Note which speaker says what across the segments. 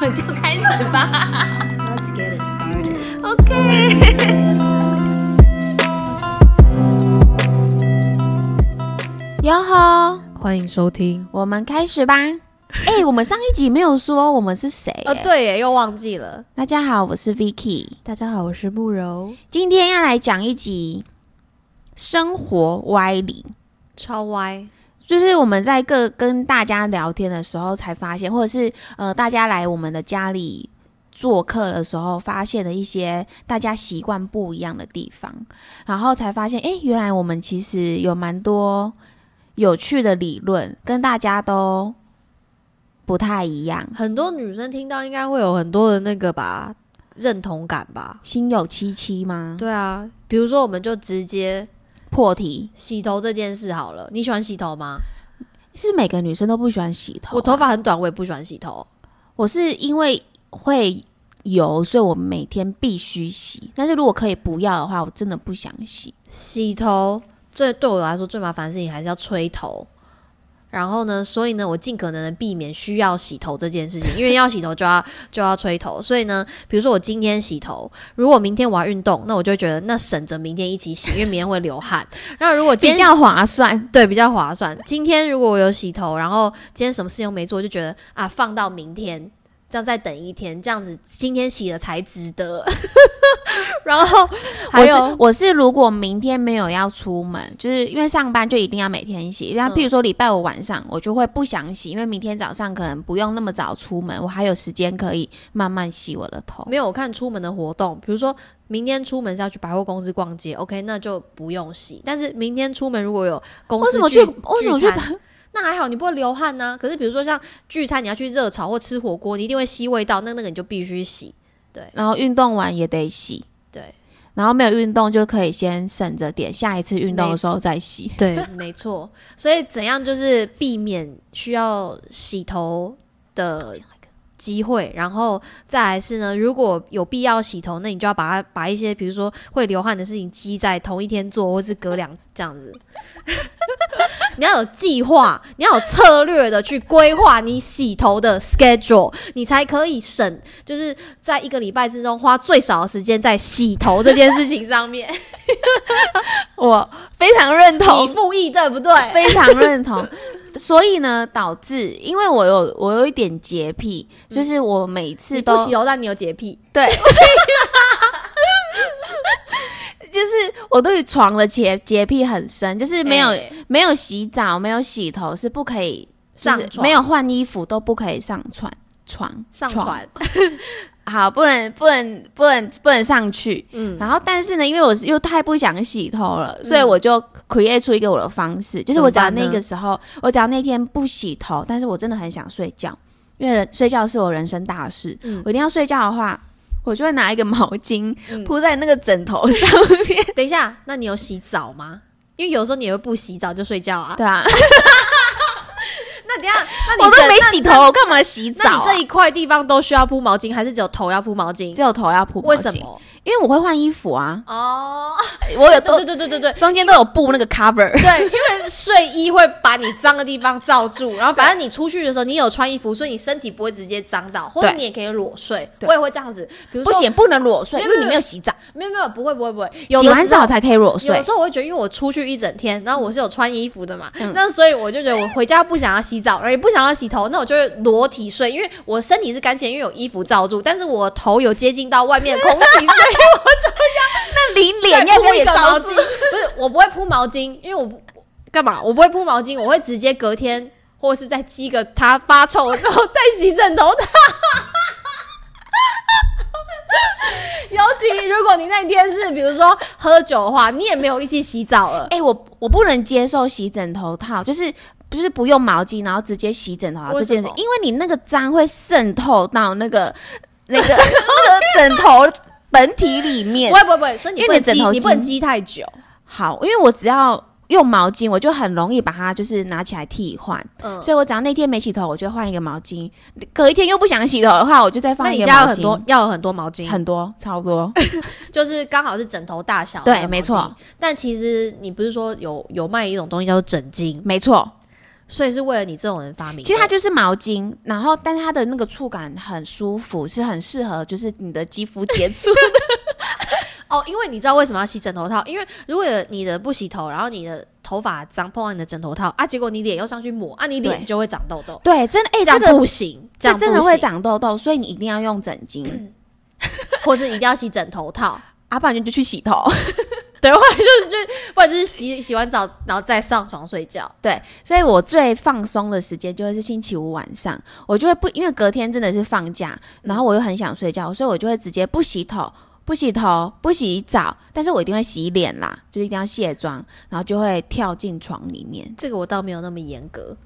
Speaker 1: 们 就开始吧。
Speaker 2: Let's get it started.
Speaker 1: OK。哟吼，
Speaker 3: 欢迎收听。
Speaker 1: 我们开始 吧。哎、我们上一集没有说我们是谁、
Speaker 3: 呃，对耶，又忘记了。
Speaker 1: 大家好，我是 Vicky，
Speaker 3: 大家好，我是慕柔，
Speaker 1: 今天要来讲一集生活歪理。
Speaker 3: 超歪。
Speaker 1: 就是我们在各跟大家聊天的时候才发现，或者是呃，大家来我们的家里做客的时候，发现了一些大家习惯不一样的地方，然后才发现，诶，原来我们其实有蛮多有趣的理论，跟大家都不太一样，
Speaker 3: 很多女生听到应该会有很多的那个吧，认同感吧。
Speaker 1: 心有戚戚吗？
Speaker 3: 对啊，比如说我们就直接
Speaker 1: 破题
Speaker 3: 洗头这件事好了。你喜欢洗头吗？
Speaker 1: 是每个女生都不喜欢洗头啊、
Speaker 3: 我头发很短，我也不喜欢洗头。
Speaker 1: 我是因为会油，所以我每天必须洗。但是如果可以不要的话，我真的不想洗。
Speaker 3: 洗头最对我来说最麻烦的事情还是要吹头。然后呢，所以呢，我尽可能的避免需要洗头这件事情，因为要洗头就要就要吹头。所以呢，比如说我今天洗头，如果明天我要运动，那我就会觉得那省着明天一起洗，因为明天会流汗。那如果今
Speaker 1: 比
Speaker 3: 天
Speaker 1: 较划算。
Speaker 3: 对比较划算，今天如果我有洗头，然后今天什么事情都没做，就觉得啊，放到明天，这样再等一天，这样子今天洗了才值得。然后还
Speaker 1: 我是
Speaker 3: 有
Speaker 1: 我是，如果明天没有要出门，就是因为上班就一定要每天洗。然后，譬如说礼拜五晚上，我就会不想洗，因为明天早上可能不用那么早出门，我还有时间可以慢慢洗我的头。
Speaker 3: 没有，我看出门的活动，比如说明天出门是要去百货公司逛街，OK，那就不用洗。但是明天出门如果有公
Speaker 1: 为
Speaker 3: 司
Speaker 1: 什么去？
Speaker 3: 聚
Speaker 1: 为什么
Speaker 3: 聚
Speaker 1: 去
Speaker 3: 餐？那还好，你不会流汗呢、可是比如说像聚餐，你要去热炒或吃火锅，你一定会吸味道，那那个你就必须洗。
Speaker 1: 然后运动完也得洗，
Speaker 3: 对。
Speaker 1: 然后没有运动就可以先省着点，下一次运动的时候再洗。
Speaker 3: 对， 没错。所以怎样就是避免需要洗头的机会，然后再来是呢，如果有必要洗头，那你就要把它把一些比如说会流汗的事情积在同一天做，或是隔两 这样子。你要有计划，你要有策略的去规划你洗头的 schedule，你才可以省，就是在一个礼拜之中花最少的时间在洗头这件事情上面。
Speaker 1: 我非常认
Speaker 3: 你复议对不对？
Speaker 1: 非常认同。所以呢，导致因为我有我有一点洁癖，就是我每次
Speaker 3: 嗯你
Speaker 1: 都
Speaker 3: 不洗头，但你有洁癖。
Speaker 1: 对，就是我对于床的洁洁癖很深，就是没有、
Speaker 3: 哎
Speaker 1: 没有洗澡、没有洗头是不可以就是
Speaker 3: 上床
Speaker 1: 没有换衣服都不可以上床床
Speaker 3: 上船，
Speaker 1: 好，不能不能不能不能上去。
Speaker 3: 嗯，
Speaker 1: 然后，但是呢，因为我是又太不想洗头了，所以我就 create 出一个我的方式，就是我只要
Speaker 3: 怎么
Speaker 1: 那
Speaker 3: 办呢
Speaker 1: 个时候，我只要那天不洗头，但是我真的很想睡觉，因为人睡觉是我人生大事，
Speaker 3: 嗯
Speaker 1: 我一定要睡觉的话，我就会拿一个毛巾
Speaker 3: 嗯
Speaker 1: 铺在那个枕头上面，
Speaker 3: 等一下，那你有洗澡吗？因为有时候你也会不洗澡就睡觉啊。
Speaker 1: 对 啊，
Speaker 3: 那等一下，那你
Speaker 1: 我都
Speaker 3: 整
Speaker 1: 没洗头，我干嘛洗澡
Speaker 3: 那
Speaker 1: 啊、
Speaker 3: 你这一块地方都需要铺毛巾，还是只有头要铺毛巾？
Speaker 1: 只有头要铺毛巾，
Speaker 3: 为什？么？
Speaker 1: 因为我会换衣服啊，
Speaker 3: 哦，
Speaker 1: 我有
Speaker 3: 对
Speaker 1: 都
Speaker 3: 对对对对对
Speaker 1: 中间都有布那个 cover。
Speaker 3: 对，因为睡衣会把你脏的地方罩住，然后反正你出去的时候你有穿衣服，所以你身体不会直接脏到，或者
Speaker 1: 对
Speaker 3: 你也可以裸睡。
Speaker 1: 对
Speaker 3: 我也会这样子，比如
Speaker 1: 不
Speaker 3: 说，
Speaker 1: 行，不能裸睡，因
Speaker 3: 没有没有
Speaker 1: 为你没有洗澡，
Speaker 3: 没有没有，不会不会不会，有
Speaker 1: 洗
Speaker 3: 的
Speaker 1: 完
Speaker 3: 时候
Speaker 1: 澡才可以裸睡
Speaker 3: 有。时候我会觉得，因为我出去一整天，然后我是有穿衣服的嘛，
Speaker 1: 嗯
Speaker 3: 那所以我就觉得我回家不想要洗澡，然后也不想要洗头，那我就会裸体睡，因为我身体是干净，因为有衣服罩住，但是我头有接近到外面的空气，所以
Speaker 1: 那你
Speaker 3: 我
Speaker 1: 脸要不要也
Speaker 3: 毛
Speaker 1: 着
Speaker 3: 巾
Speaker 1: 急？？
Speaker 3: 不是，我不会铺毛巾，因为我不干嘛？我不会铺毛巾，我会直接隔天或是再积个它发臭之后 再洗枕头套。尤其如果你那天是比如说喝酒的话，你也没有力气洗澡了。
Speaker 1: 哎、我我不能接受洗枕头套，就是就是不用毛巾，然后直接洗枕头套
Speaker 3: 为
Speaker 1: 这
Speaker 3: 什么
Speaker 1: 件事，因为你那个脏会渗透到那 个那个那个枕头本体里面
Speaker 3: 不。会不会不会，所以你
Speaker 1: 因
Speaker 3: 不
Speaker 1: 为你的
Speaker 3: 能
Speaker 1: 枕
Speaker 3: 积，
Speaker 1: 头
Speaker 3: 你不能
Speaker 1: 巾
Speaker 3: 积太久。
Speaker 1: 好，因为我只要用毛巾，我就很容易把它就是拿起来替换，
Speaker 3: 嗯，
Speaker 1: 所以我只要那天没洗头，我就换一个毛巾；隔一天又不想洗头的话，我就再
Speaker 3: 那
Speaker 1: 放一
Speaker 3: 你
Speaker 1: 个
Speaker 3: 家
Speaker 1: 毛
Speaker 3: 有很多
Speaker 1: 巾。
Speaker 3: 要有很多毛巾，
Speaker 1: 很多，超 多，
Speaker 3: 就是刚好是枕头大小。
Speaker 1: 对，没错，，
Speaker 3: 但其实你不是说有有卖一种东西叫做枕巾，
Speaker 1: 没错，
Speaker 3: 所以是为了你这种人发明的。
Speaker 1: 其实它就是毛巾，然后但是它的那个触感很舒服，是很适合就是你的肌肤接触。
Speaker 3: 哦，因为你知道为什么要洗枕头套？因为如果你的不洗头，然后你的头发脏碰到你的枕头套啊，结果你脸又上去抹啊，你脸
Speaker 1: 对
Speaker 3: 就会长痘 痘，
Speaker 1: 对，真的，哎、
Speaker 3: 这样
Speaker 1: 这个
Speaker 3: 不行，
Speaker 1: 这
Speaker 3: 样
Speaker 1: 真的
Speaker 3: 不
Speaker 1: 会
Speaker 3: 行，
Speaker 1: 长痘痘，所以你一定要用枕巾，
Speaker 3: 或是一定要洗枕头套，
Speaker 1: 啊，不然你就去洗头。
Speaker 3: 对， 或者就是就不然就是洗洗完澡然后再上床睡觉。
Speaker 1: 对，所以我最放松的时间就会是星期五晚上，我就会不因为隔天真的是放假，然后我又很想睡觉，所以我就会直接不洗头、不洗头、不洗澡，但是我一定会洗脸啦，就是一定要卸妆，然后就会跳进床里面
Speaker 3: 这个我倒没有那么严格，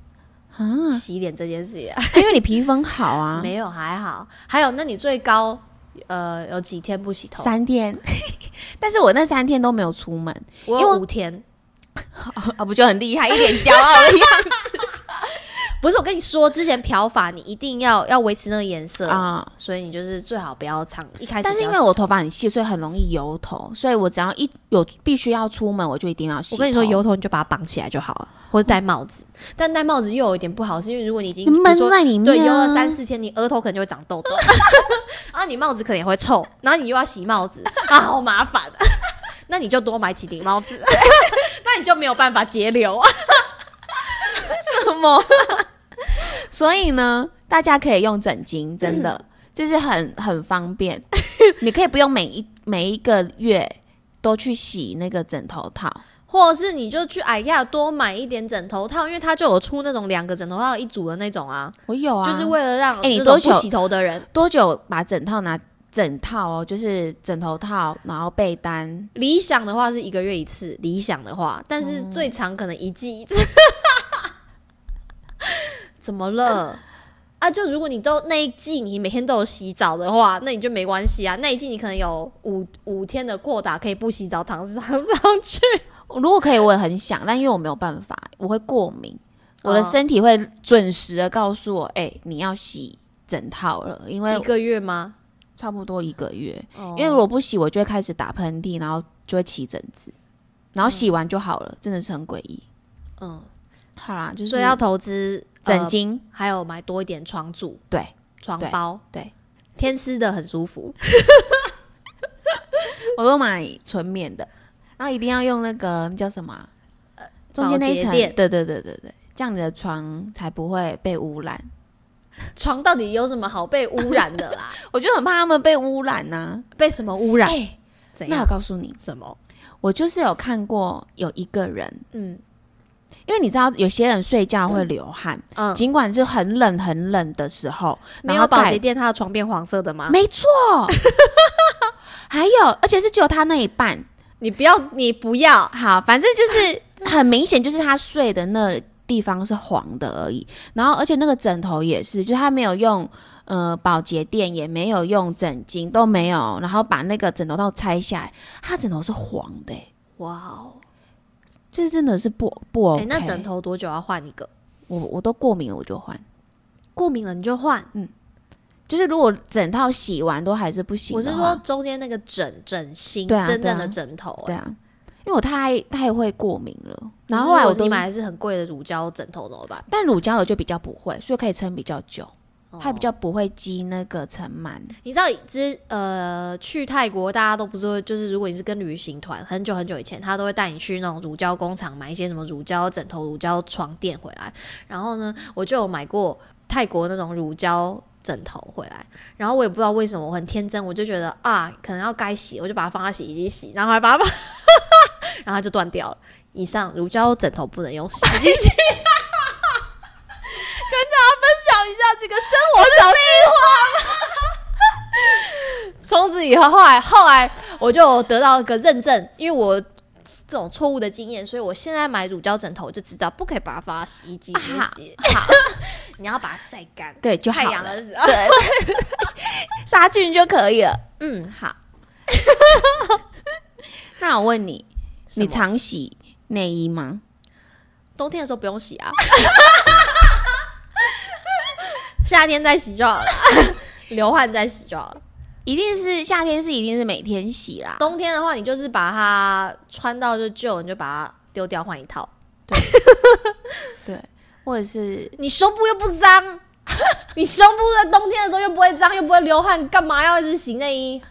Speaker 1: 啊，
Speaker 3: 洗脸这件事也、
Speaker 1: 因为你皮肤好啊，
Speaker 3: 没有还好。还有，那你最高呃有几天不洗头？
Speaker 1: 三天， 但是我那三天都没有出门，
Speaker 3: 我
Speaker 1: 因为
Speaker 3: 有
Speaker 1: 我
Speaker 3: 五天。
Speaker 1: 啊，不就很厉害，一脸骄傲的样
Speaker 3: 不是我跟你说，之前漂发你一定要要维持那个颜色
Speaker 1: 子啊。
Speaker 3: 所以你就是最好不要长，嗯一开始不要长。
Speaker 1: 但是因为我头发很细，所以很容易油头，所以我只要一有必须要出门，我就一定要洗
Speaker 3: 我
Speaker 1: 头。
Speaker 3: 跟你说，油头你就把它绑起来就好了，或者戴帽子。但戴帽子又有一点不好，是因为如果你已经
Speaker 1: 你闷
Speaker 3: 比如说
Speaker 1: 在里面、啊，
Speaker 3: 对油了三四天，你额头可能就会长痘 痘，然后你帽子可能也会臭，然后你又要洗帽子啊，好麻烦。 那你就多买几顶帽子， 那你就没有办法节流 啊。
Speaker 1: 什么？所以呢，大家可以用枕巾，真的、
Speaker 3: 嗯
Speaker 1: 就是很很方便。 你可以不用每一每一个月都去洗那个枕头套，
Speaker 3: 或者是你就去哎呀多买一点枕头套，因为它就有出那种两个枕头套一组的那种啊，
Speaker 1: 我有啊，
Speaker 3: 就是为了让
Speaker 1: 哎你
Speaker 3: 这种
Speaker 1: 多久
Speaker 3: 不洗头的人
Speaker 1: 多久把枕套拿枕套哦，就是枕头套，然后被单。
Speaker 3: 理想的话是一个月一次，理想的话，但是最长可能一季一次。 怎么了？啊，就如果你都那一季你每天都有洗澡的话，那你就没关系啊。那一季你可能有五五天的扩打可以不洗澡躺上上去。
Speaker 1: 如果可以，我也很想，但因为我没有办法，我会过敏，我的
Speaker 3: 哦
Speaker 1: 身体会准时的告诉我，哎、你要洗枕套了，因为
Speaker 3: 一个月吗？
Speaker 1: 差不多一个月。
Speaker 3: 哦
Speaker 1: 因为我不洗，我就会开始打喷嚏，然后就会起疹子，然后洗完就好了，真的是很诡异。
Speaker 3: 嗯，
Speaker 1: 好啦，就是
Speaker 3: 所以要呃投资
Speaker 1: 枕
Speaker 3: 呃
Speaker 1: 巾，
Speaker 3: 还有买多一点床组、
Speaker 1: 对，
Speaker 3: 床
Speaker 1: 对
Speaker 3: 包。
Speaker 1: 对
Speaker 3: 天丝的很舒服。
Speaker 1: 我都买纯棉的，然后一定要用那个那叫什么啊、中间那一
Speaker 3: 保洁
Speaker 1: 层，对
Speaker 3: 垫
Speaker 1: 对对对对，这样你的床才不会被污染。
Speaker 3: 床到底有什么好被污染的啊啦？
Speaker 1: 我就很怕他们被污染呐、
Speaker 3: 被什么污染？
Speaker 1: 哎
Speaker 3: 怎
Speaker 1: 那我
Speaker 3: 样？
Speaker 1: 告诉你，
Speaker 3: 什么？
Speaker 1: 我就是有看过有一个人，
Speaker 3: 嗯
Speaker 1: 因为你知道有些人睡觉会流汗，
Speaker 3: 嗯，
Speaker 1: 尽管是很冷很冷的时候，
Speaker 3: 没
Speaker 1: 然
Speaker 3: 有
Speaker 1: 后
Speaker 3: 保
Speaker 1: 盖
Speaker 3: 洁店，它的床变黄色的吗？
Speaker 1: 没错，还有，而且是只有他那一半。
Speaker 3: 你不要，你不要，
Speaker 1: 好，反正就是很明显，就是他睡的那地方是黄的而已。然后，而且那个枕头也是，就他没有用呃保洁垫，也没有用枕巾，都没有。然后把那个枕头套拆下来，他枕头是黄的、欸，
Speaker 3: 哇哦！
Speaker 1: 这真的是不不 OK、
Speaker 3: 哎，那枕头多久要换一个？
Speaker 1: 我我都过敏了，我就换。
Speaker 3: 过敏了你就换。
Speaker 1: 就是如果整套洗完都还是不行
Speaker 3: 我
Speaker 1: 的
Speaker 3: 是
Speaker 1: 话，
Speaker 3: 说中间那个枕枕芯，
Speaker 1: 对啊
Speaker 3: 真正
Speaker 1: 对
Speaker 3: 的
Speaker 1: 啊
Speaker 3: 枕头。
Speaker 1: 对
Speaker 3: 哎
Speaker 1: 啊，因为我太太会过敏了。然
Speaker 3: 可
Speaker 1: 后
Speaker 3: 是
Speaker 1: 后来
Speaker 3: 如
Speaker 1: 我
Speaker 3: 果是
Speaker 1: 都
Speaker 3: 你买的是很贵的乳胶枕头怎么办？
Speaker 1: 但乳胶的就比较不会，所以可以撑比较久，它比
Speaker 3: 哦，
Speaker 1: 较不会积那个尘螨。
Speaker 3: 你知道之呃去泰国，大家都不是会就是如果你是跟旅行团，很久很久以前，他都会带你去那种乳胶工厂买一些什么乳胶枕头、乳胶床垫回来。然后呢，我就有买过泰国那种乳胶枕头回来，然后我也不知道为什么，我很天真，我就觉得啊，可能要该洗，我就把它放在洗衣机洗，然后还把它放，然后它就断掉了。以上乳胶枕头不能用洗衣机 洗。跟大家分享一下这个生活小计划。 从此以后，后来后来我就得到一个认证，因为我这种错误的经验，所以我现在买乳胶枕头，我就知道不可以把它放到洗衣机里面洗，啊 你要把它晒干，
Speaker 1: 对就
Speaker 3: 太
Speaker 1: 好
Speaker 3: 阳
Speaker 1: 了
Speaker 3: 的时候。
Speaker 1: 对，杀菌就可以了。
Speaker 3: 嗯，
Speaker 1: 好， 那我问你，
Speaker 3: 什么
Speaker 1: 你常洗内衣吗？
Speaker 3: 冬天的时候不用洗啊， 夏天再洗就好了， 流汗再洗就好了。
Speaker 1: 一定是夏天是一定是每天洗啦。
Speaker 3: 冬天的话，你就是把它穿到就旧，你就把它丢掉换一套。
Speaker 1: 对，或者是
Speaker 3: 你胸部又不脏， 你胸部在冬天的时候又不会脏，又不会流汗，干嘛要一直洗内衣？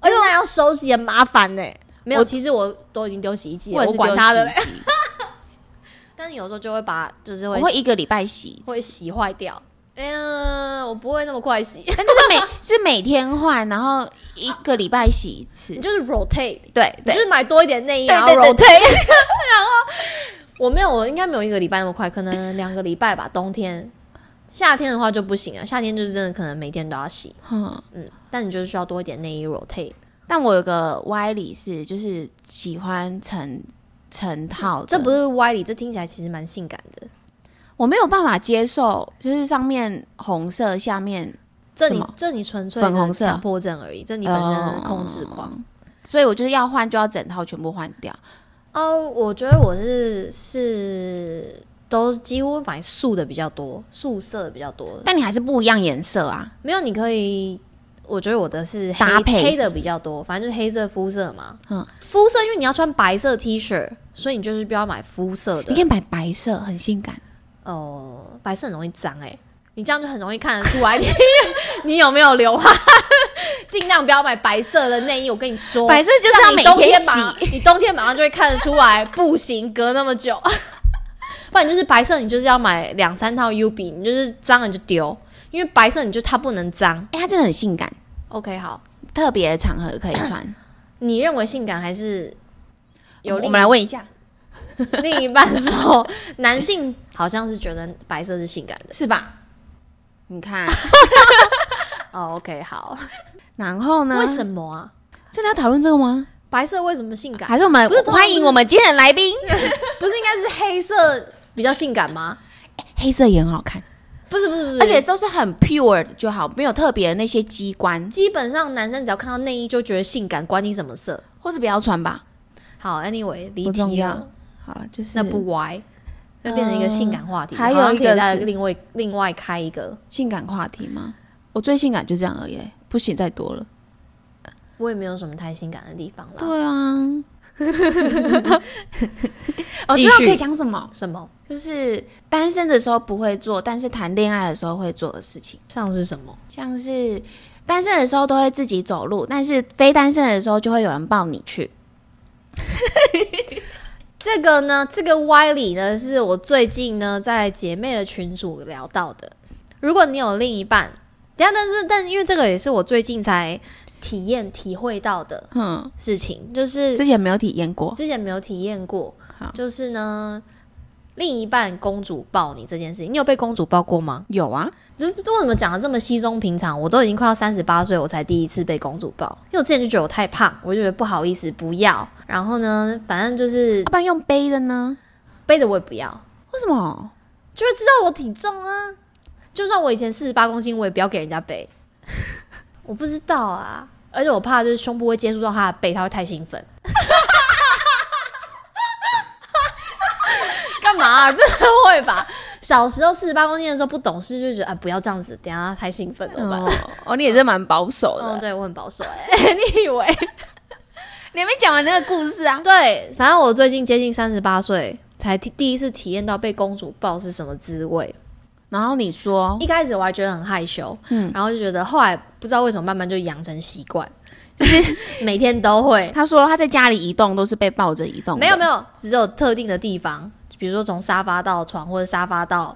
Speaker 3: 而且那要手洗很麻烦呢、没有，
Speaker 1: 我
Speaker 3: 其实我都已经丢洗衣机了，
Speaker 1: 或
Speaker 3: 我
Speaker 1: 者是
Speaker 3: 管
Speaker 1: 丢
Speaker 3: 它的
Speaker 1: 洗
Speaker 3: 嘞。
Speaker 1: 衣机
Speaker 3: 但是有时候就会把，就是会
Speaker 1: 我会一个礼拜洗一次，
Speaker 3: 会洗坏掉。嗯、我不会那么快洗，
Speaker 1: 但是每是每天换，然后一个礼拜洗一次
Speaker 3: 你。就是 rotate，
Speaker 1: 对
Speaker 3: 你就
Speaker 1: 对
Speaker 3: 是买多一点内衣，
Speaker 1: 对
Speaker 3: 然后
Speaker 1: 对
Speaker 3: rotate。
Speaker 1: 对，
Speaker 3: 我没有，我应该没有一个礼拜那么快，可能两个礼拜吧。冬天，夏天的话就不行啊，夏天就是真的可能每天都要洗。
Speaker 1: 嗯，
Speaker 3: 嗯，但你就是需要多一点内衣 rotate，
Speaker 1: 但我有个歪理是，就是喜欢成成套的
Speaker 3: 这不是歪理，这听起来其实蛮性感的。
Speaker 1: 我没有办法接受，就是上面红色，下面，
Speaker 3: 这
Speaker 1: 什
Speaker 3: 你
Speaker 1: 么
Speaker 3: 这你纯粹
Speaker 1: 粉红
Speaker 3: 的
Speaker 1: 色
Speaker 3: 强迫症而已，这你本身是控制狂。
Speaker 1: 所以我就是要换就要整套全部换掉。
Speaker 3: 哦我觉得我是是都几乎买素的比较多，素色的比较多。
Speaker 1: 但你还是不一样颜色啊，
Speaker 3: 没有，你可以，我觉得我的是黑
Speaker 1: 搭配
Speaker 3: 黑
Speaker 1: 是
Speaker 3: 的
Speaker 1: 不是
Speaker 3: 比较多，反正就是黑色肤色嘛。
Speaker 1: 嗯，
Speaker 3: 肤色因为你要穿白色 T 恤，所以你就是不要买肤色
Speaker 1: 你可以
Speaker 3: 的。
Speaker 1: 买白色，很性感。
Speaker 3: 哦，白色很容易脏哎、你这样就很容易看得出来你你有没有流汗。尽量不要买白色的内衣，我跟你说，
Speaker 1: 白色就是要
Speaker 3: 哦让你
Speaker 1: 每
Speaker 3: 冬
Speaker 1: 天
Speaker 3: 马
Speaker 1: 洗，
Speaker 3: 上你冬天马上就会看得出来，不行，隔那么久， 不然你就是白色，你就是要买两三套 U B，你就是脏了就丢，因为白色你就它不能脏。
Speaker 1: 哎、它真的很性感，
Speaker 3: OK，好，
Speaker 1: 特别的场合可以穿。
Speaker 3: 你认为性感还是有
Speaker 1: 我
Speaker 3: 另
Speaker 1: 我们来问一下，
Speaker 3: 另一半说，男性好像是觉得白色是性感的
Speaker 1: 是吧？你看，
Speaker 3: 哦。OK，好，
Speaker 1: 然后呢？
Speaker 3: 为什么啊？
Speaker 1: 真的要讨论这个吗？
Speaker 3: 白色为什么性感？
Speaker 1: 还是我们
Speaker 3: 不是通常
Speaker 1: 欢迎我们今天的来宾？
Speaker 3: 不是应该是黑色比较性感吗？
Speaker 1: 黑色也很好看，
Speaker 3: 不是不是不是，
Speaker 1: 而且都是很 pure 的就好，没有特别的那些机关，
Speaker 3: 基本上男生只要看到内衣就觉得性感，管你什么色。
Speaker 1: 或是不要穿吧。
Speaker 3: 好，anyway，离
Speaker 1: 不重
Speaker 3: 题
Speaker 1: 要
Speaker 3: 了，
Speaker 1: 好了，就是嗯
Speaker 3: 那不歪，会变成一个性感话题。
Speaker 1: 还
Speaker 3: 好像
Speaker 1: 有一
Speaker 3: 可
Speaker 1: 个
Speaker 3: 以再
Speaker 1: 是
Speaker 3: 另外另外开一个，
Speaker 1: 性感话题吗？我最性感就这样而已，不行再多了。
Speaker 3: 我也没有什么太性感的地方啦。
Speaker 1: 对啊， 哦，
Speaker 3: 继
Speaker 1: 知道
Speaker 3: 续
Speaker 1: 可以讲什么？
Speaker 3: 什么？
Speaker 1: 就是单身的时候不会做，但是谈恋爱的时候会做的事情，
Speaker 3: 像是什么？
Speaker 1: 像是单身的时候都会自己走路，但是非单身的时候就会有人抱你去。
Speaker 3: 这个呢，这个歪理呢，是我最近呢在姐妹的群组聊到的。如果你有另一半，等一下，但是但因为这个也是我最近才体验体会到的
Speaker 1: 嗯，
Speaker 3: 事情，就是
Speaker 1: 之前没有体验过，
Speaker 3: 之前没有体验过
Speaker 1: 好，
Speaker 3: 就是呢，另一半公主抱你这件事情，你有被公主抱过吗？
Speaker 1: 有啊，
Speaker 3: 这这为什么讲的这么稀松平常？我都已经快要三十八岁，我才第一次被公主抱，因为我之前就觉得我太胖，我就觉得不好意思不要。然后呢，反正就是
Speaker 1: 要不然用背的呢？
Speaker 3: 背的我也不要，
Speaker 1: 为什么？
Speaker 3: 就会知道我体重啊。就算我以前四十八公斤，我也不要给人家背。 我不知道啊，而且我怕就是胸部会接触到他的背，他会太兴奋。 干嘛、啊？真的会吧？小时候四十八公斤的时候不懂事，就觉得啊不要这样子，等一下太兴奋了吧？
Speaker 1: 哦，哦，你也是蛮保守
Speaker 3: 嗯，
Speaker 1: 的。
Speaker 3: 对我很保守哎、你以为？
Speaker 1: 你还没讲完那个故事啊？
Speaker 3: 对，反正我最近接近三十八岁，才第第一次体验到被公主抱是什么滋味。
Speaker 1: 然后你说
Speaker 3: 一开始我还觉得很害羞，
Speaker 1: 嗯
Speaker 3: 然后就觉得后来不知道为什么慢慢就养成习 惯，
Speaker 1: 就是
Speaker 3: 每天都会。
Speaker 1: 他说他在家里移动都是被抱着移动，
Speaker 3: 没有没
Speaker 1: 有，
Speaker 3: 有，只有特定的地方，比如说从沙发到床或者沙发到，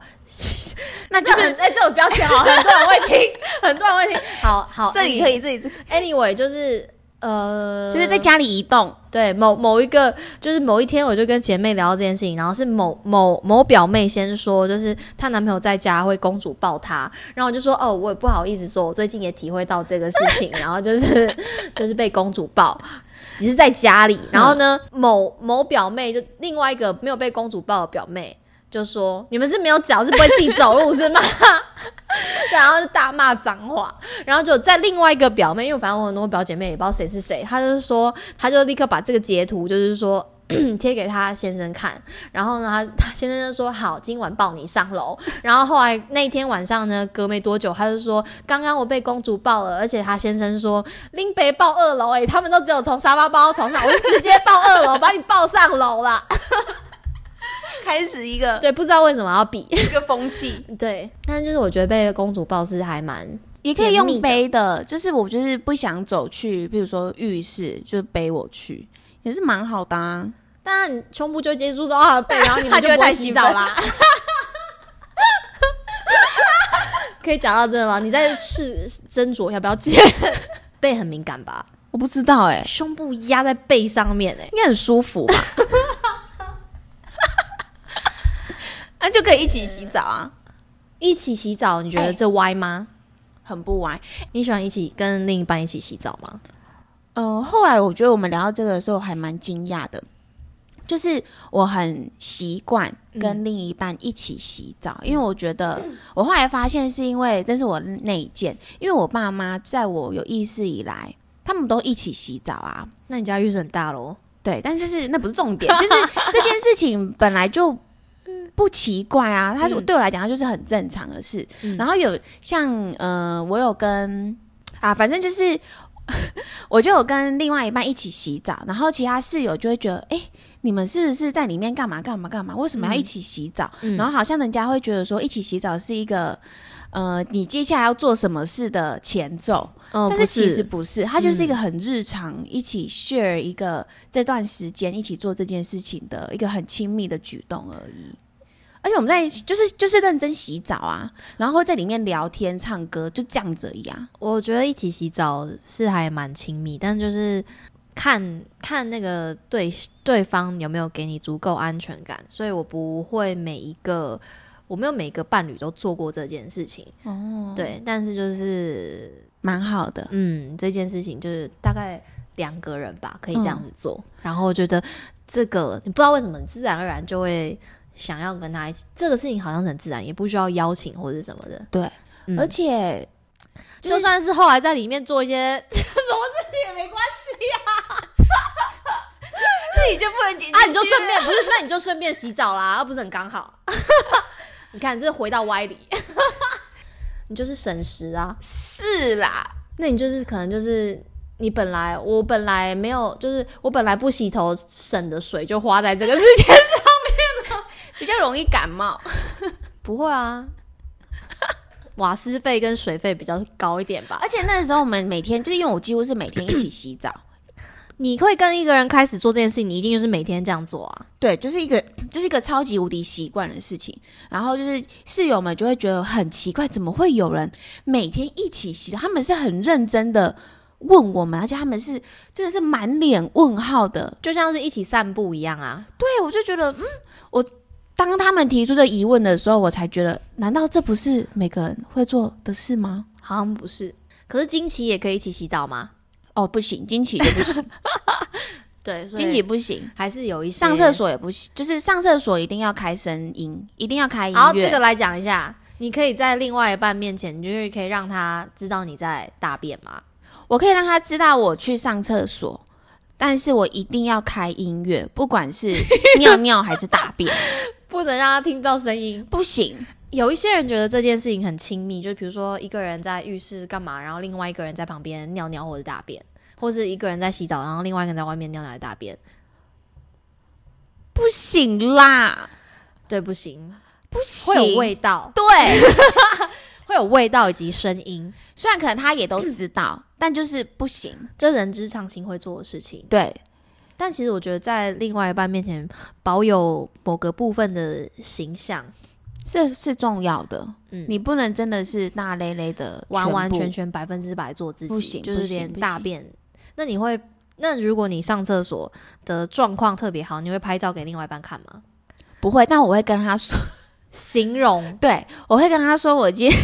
Speaker 1: 那
Speaker 3: 就
Speaker 1: 就是是
Speaker 3: 哎、这种标签好，很多人会听，很多人会听。 好好， 哎
Speaker 1: 这里可以，这里这里
Speaker 3: Anyway，就是呃，
Speaker 1: 就是在家里移动，
Speaker 3: 对某某一个，就是某一天，我就跟姐妹聊到这件事情，然后是某某某表妹先说，就是她男朋友在家会公主抱她，然后我就说哦，我也不好意思说，我最近也体会到这个事情，然后就是就是被公主抱。只是在家里，然后呢，某某表妹就另外一个没有被公主抱的表妹就说：“你们是没有脚，是不会自己走路是吗？” 然后就大骂脏话，然后就在另外一个表妹，因为反正我很多表姐妹也不知道谁是谁，她就是说，她就立刻把这个截图，就是说 贴给她先生看，然后呢，她她先生就说好，今晚抱你上楼。然后后来那一天晚上呢，隔没多久，她就说刚刚我被公主抱了，而且她先生说拎北抱二楼、欸，他们都只有从沙发抱到床上，我就直接抱二楼，把你抱上楼啦。
Speaker 1: 开始一个
Speaker 3: 对，不知道为什么要比。
Speaker 1: 一个风气，
Speaker 3: 对，但就是我觉得被公主抱是还蛮
Speaker 1: 也可以
Speaker 3: 甜蜜
Speaker 1: 用
Speaker 3: 的
Speaker 1: 背的，就是我就是不想走去，比如说浴室，就是背我去，也是蛮好的啊。
Speaker 3: 但胸部就接触到 他的背，然后你
Speaker 1: 他
Speaker 3: 们
Speaker 1: 就
Speaker 3: 不
Speaker 1: 会太
Speaker 3: 会洗
Speaker 1: 兴
Speaker 3: 澡
Speaker 1: 奋
Speaker 3: 啦。可以讲到这吗？你再试斟酌要不要接。 背很敏感吧？
Speaker 1: 我不知道哎、
Speaker 3: 胸部压在背上面、欸，
Speaker 1: 应该很舒服 吧？啊，就可以一起洗澡啊，
Speaker 3: 一起洗澡，你觉得这歪吗？
Speaker 1: 很不歪。
Speaker 3: 哎你喜欢一起跟另一半一起洗澡吗？
Speaker 1: 呃，后来我觉得我们聊到这个的时候，还蛮惊讶的，就是我很习惯跟另一半一起洗澡，因为我觉得我后来发现是因为这是我内建，因为我爸妈在我有意识以来，他们都一起洗澡啊。
Speaker 3: 那你家浴室很大喽？
Speaker 1: 对，但就是那不是重点，就是这件事情本来就不奇怪啊，它
Speaker 3: 嗯
Speaker 1: 对我来讲它就是很正常的事。然后有像呃，我有跟啊，反正就是 我就有跟另外一半一起洗澡，然后其他室友就会觉得，哎、你们是不是在里面干嘛干嘛干嘛？为什么要一起洗澡？然后好像人家会觉得说，一起洗澡是一个。呃，你接下来要做什么事的前奏，
Speaker 3: 嗯
Speaker 1: 但是嗯其实哦不是，它就是一个很日常，一起 share 一个这段时间一起做这件事情的一个很亲密的举动而已。而且我们在就是就是认真洗澡啊，然后在里面聊天、唱歌，就这样子而已啊。
Speaker 3: 我觉得一起洗澡是还蛮亲密，但就是看看那个对对方有没有给你足够安全感，所以我不会每一个我没有每个伴侣都做过这件事情，
Speaker 1: 哦，
Speaker 3: 对，但是就是
Speaker 1: 蛮好的。
Speaker 3: 嗯，这件事情就是大概两个人吧，可以这样子做，然后我觉得这个你不知道为什么，你自然而然就会想要跟他一起，这个事情好像很自然，也不需要邀请或者是什么的，
Speaker 1: 对，
Speaker 3: 嗯
Speaker 1: 而且
Speaker 3: 就算是后来在里面做一些。
Speaker 1: 啊 那你就不能解
Speaker 3: 啊，你就顺便不是，那你就顺便洗澡啦，而不是很刚好？ 你看，这回到歪理， 你就是省时啊。
Speaker 1: 是啦，
Speaker 3: 那你就是可能就是你本来我本来没有，就是我本来不洗头省的水就花在这个事情。
Speaker 1: 比较容易感冒。
Speaker 3: 不会啊，瓦斯费跟水费比较高一点吧
Speaker 1: 而。且那时候我们每天就是因为我几乎是每天一起洗澡，
Speaker 3: 你会跟一个人开始做这件事情，你一定就是每天这样做啊。
Speaker 1: 对，就是一个就是一个超级无敌习惯的事情。然后就是室友们就会觉得很奇怪，怎么会有人每天一起洗澡？他们是很认真的问我们，而且他们是真的是满脸问号的。
Speaker 3: 就像是一起散步一样啊，
Speaker 1: 对，我就觉得，嗯，我当他们提出这疑问的时候，我才觉得，难道这不是每个人会做的事吗？
Speaker 3: 好像不是。可是惊奇也可以一起洗澡吗？
Speaker 1: 哦，不行，惊奇就 不行，
Speaker 3: 对，所以
Speaker 1: 惊奇不行。
Speaker 3: 还是有一些
Speaker 1: 上厕。所也不行，就是上厕所一定要开声音，一定要开音乐。
Speaker 3: 好，这个来讲一下，你可以在另外一半面前，你就是可以让他知道你在大便嘛。
Speaker 1: 我可以让他知道我去上厕所，但是我一定要开音乐，不管 是尿尿还是大便，
Speaker 3: 不能让他听到声音。
Speaker 1: 不行。
Speaker 3: 有一些人觉得这件事情很亲密，就比如说一个人在浴室干嘛，然后另外一个人在旁边尿尿或者大便，或者一个人在洗澡，然后另外一个人在外面尿尿或者大便。
Speaker 1: 不行啦，
Speaker 3: 对，不行，
Speaker 1: 不行，
Speaker 3: 会有味道，
Speaker 1: 对，
Speaker 3: 会有味道以及声音，
Speaker 1: 虽然可能他也都知道，但就是不行。
Speaker 3: 这人之常情会做的事情。
Speaker 1: 对，
Speaker 3: 但其实我觉得在另外一半面前保有某个部分的形象，
Speaker 1: 这是重要的。
Speaker 3: 嗯
Speaker 1: 你不能真的是大咧咧的
Speaker 3: 完完
Speaker 1: 部
Speaker 3: 全全百分之百做自己，
Speaker 1: 不行
Speaker 3: 就是
Speaker 1: 不行
Speaker 3: 连
Speaker 1: 不行
Speaker 3: 大便。那你会，那如果你上厕所的状况特别好，你会拍照给另外一半看吗？
Speaker 1: 不会，但我会跟他说，
Speaker 3: 形容，
Speaker 1: 对我会跟他说，我今 天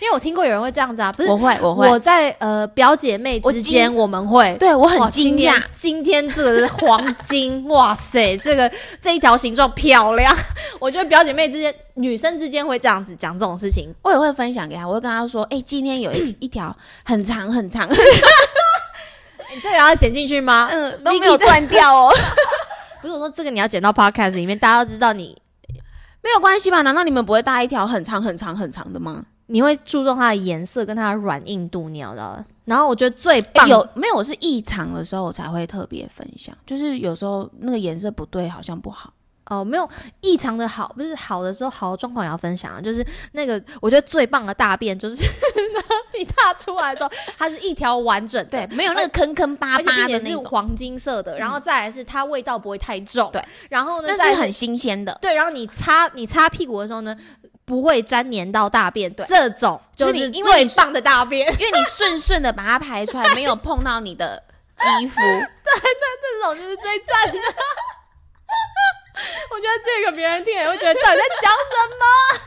Speaker 3: 因为我听过有人会这样子啊，不是
Speaker 1: 我会我会，
Speaker 3: 在呃表姐妹
Speaker 1: 我
Speaker 3: 之间我们会。
Speaker 1: 对我
Speaker 3: 哇
Speaker 1: 很惊讶，，
Speaker 3: 今天今天这个是黄金，哇塞，这个这一条形状漂亮。 我觉得表姐妹之间，女生之间会这样子讲这种事情，
Speaker 1: 我也会分享给他，我会跟他说，哎、今天有一一条很长很长，哎
Speaker 3: 你这个要剪进去吗？
Speaker 1: 嗯，都没有断掉哦。
Speaker 3: 不是我说这个你要剪到 podcast 里面，大家都知道你
Speaker 1: 没有关系吧？难道你们不会搭一条很长、很长、很长的吗？
Speaker 3: 你会注重它的颜色跟它的软硬度，你知道的。然后我觉得最
Speaker 1: 诶
Speaker 3: 棒、
Speaker 1: 哎有没有？我是异常的时候我才会特别分享，就是有时候那个颜色不对，好像不好。
Speaker 3: 哦，没有异常的好，不是好的时候好的状况也要分享啊。就是那个我觉得最棒的大便，就是 你大出来之后，它是一条完整的，
Speaker 1: 对，没有那个坑坑巴
Speaker 3: 而且并
Speaker 1: 巴
Speaker 3: 且
Speaker 1: 的
Speaker 3: 是
Speaker 1: 那种，嗯
Speaker 3: 黄金色的，然后再来是它味道不会太重，
Speaker 1: 对，
Speaker 3: 然后呢，
Speaker 1: 那
Speaker 3: 再来
Speaker 1: 是很新鲜的，
Speaker 3: 对，然后你擦你擦屁股的时候呢，不会粘黏到大便，
Speaker 1: 对
Speaker 3: 这种
Speaker 1: 就
Speaker 3: 就
Speaker 1: 是
Speaker 3: 是
Speaker 1: 你因为
Speaker 3: 最
Speaker 1: 你
Speaker 3: 棒的大便，
Speaker 1: 因为你顺顺的把它排出来，没有碰到你的肌肤。
Speaker 3: 这种就是最赞的。啊 我觉得这个别人听也会觉得到底在讲什么。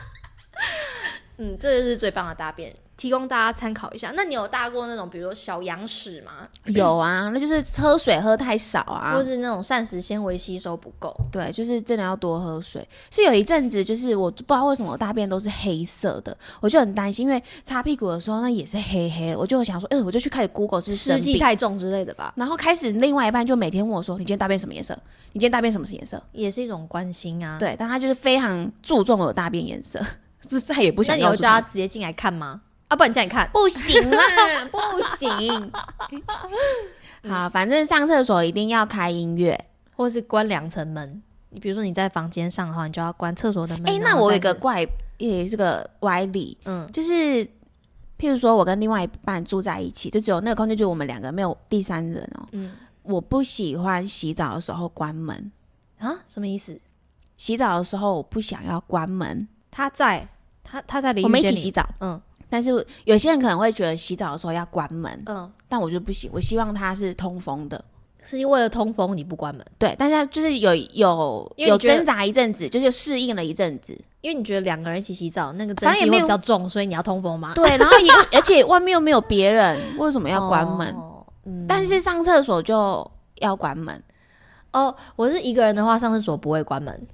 Speaker 3: 嗯，这就是最棒的大便，提供大家参考一下。那你有大过那种，比如说小羊屎吗？
Speaker 1: 有啊，那就是喝水喝太少啊
Speaker 3: 或，是那种膳食纤维吸收不够？
Speaker 1: 对，就是真的要多喝水。是有一阵子，就是我不知道为什么我大便都是黑色的，我就很担心，因为擦屁股的时候那也是黑黑的，我就想说，哎、我就去开始 Google 是不是
Speaker 3: 湿
Speaker 1: 生
Speaker 3: 气
Speaker 1: 病。
Speaker 3: 太重之类的吧，
Speaker 1: 然后开始，另外一半就每天问我说：“你今天大便什么颜色？你今天大便什么颜色
Speaker 3: 也是一种关心啊？”。
Speaker 1: 对，但他就是非常注重我的大便颜色， 是再也不
Speaker 3: 那
Speaker 1: 想
Speaker 3: 你有
Speaker 1: 告诉
Speaker 3: 叫他
Speaker 1: 他。
Speaker 3: 直接进来看吗？啊，不然你进来看。
Speaker 1: 不行啦， 不行。好，反正上厕所一定要开音乐。
Speaker 3: 或是关两层门。你比如说你在房间上的话，你就要关厕所的门。
Speaker 1: 哎、
Speaker 3: 嗯然
Speaker 1: 那
Speaker 3: 后
Speaker 1: 我有
Speaker 3: 再
Speaker 1: 一个
Speaker 3: 是，
Speaker 1: 怪，也是个歪理，
Speaker 3: 嗯，
Speaker 1: 就是譬如说我跟另外一半住在一起，就只有那个空间就我们两个，没有第三人哦。
Speaker 3: 嗯
Speaker 1: 我不喜欢洗澡的时候关门，
Speaker 3: 啊，什么意思？
Speaker 1: 洗澡的时候我不想要关门。
Speaker 3: 他在他他在淋浴
Speaker 1: 我们一
Speaker 3: 间
Speaker 1: 起
Speaker 3: 里
Speaker 1: 洗，澡，
Speaker 3: 嗯
Speaker 1: 但是有些人可能会觉得洗澡的时候要关门，
Speaker 3: 嗯，
Speaker 1: 但我就不行，我希望它是通风的。
Speaker 3: 是因为了通风你不关门，
Speaker 1: 对，但是它就是有有
Speaker 3: 因为
Speaker 1: 有
Speaker 3: 你觉得
Speaker 1: 挣扎一阵子，就是适应了一阵子。
Speaker 3: 因为你觉得两个人一起洗澡那个
Speaker 1: 反
Speaker 3: 蒸
Speaker 1: 正也
Speaker 3: 汽
Speaker 1: 没
Speaker 3: 会
Speaker 1: 有
Speaker 3: 比较重，所以你要通风嘛。
Speaker 1: 对，然 后也而且外面又没有别人，为什么要关门？
Speaker 3: 哦嗯，
Speaker 1: 但是上厕所就要关门。
Speaker 3: 哦，我是一个人的话，上厕所不会关门，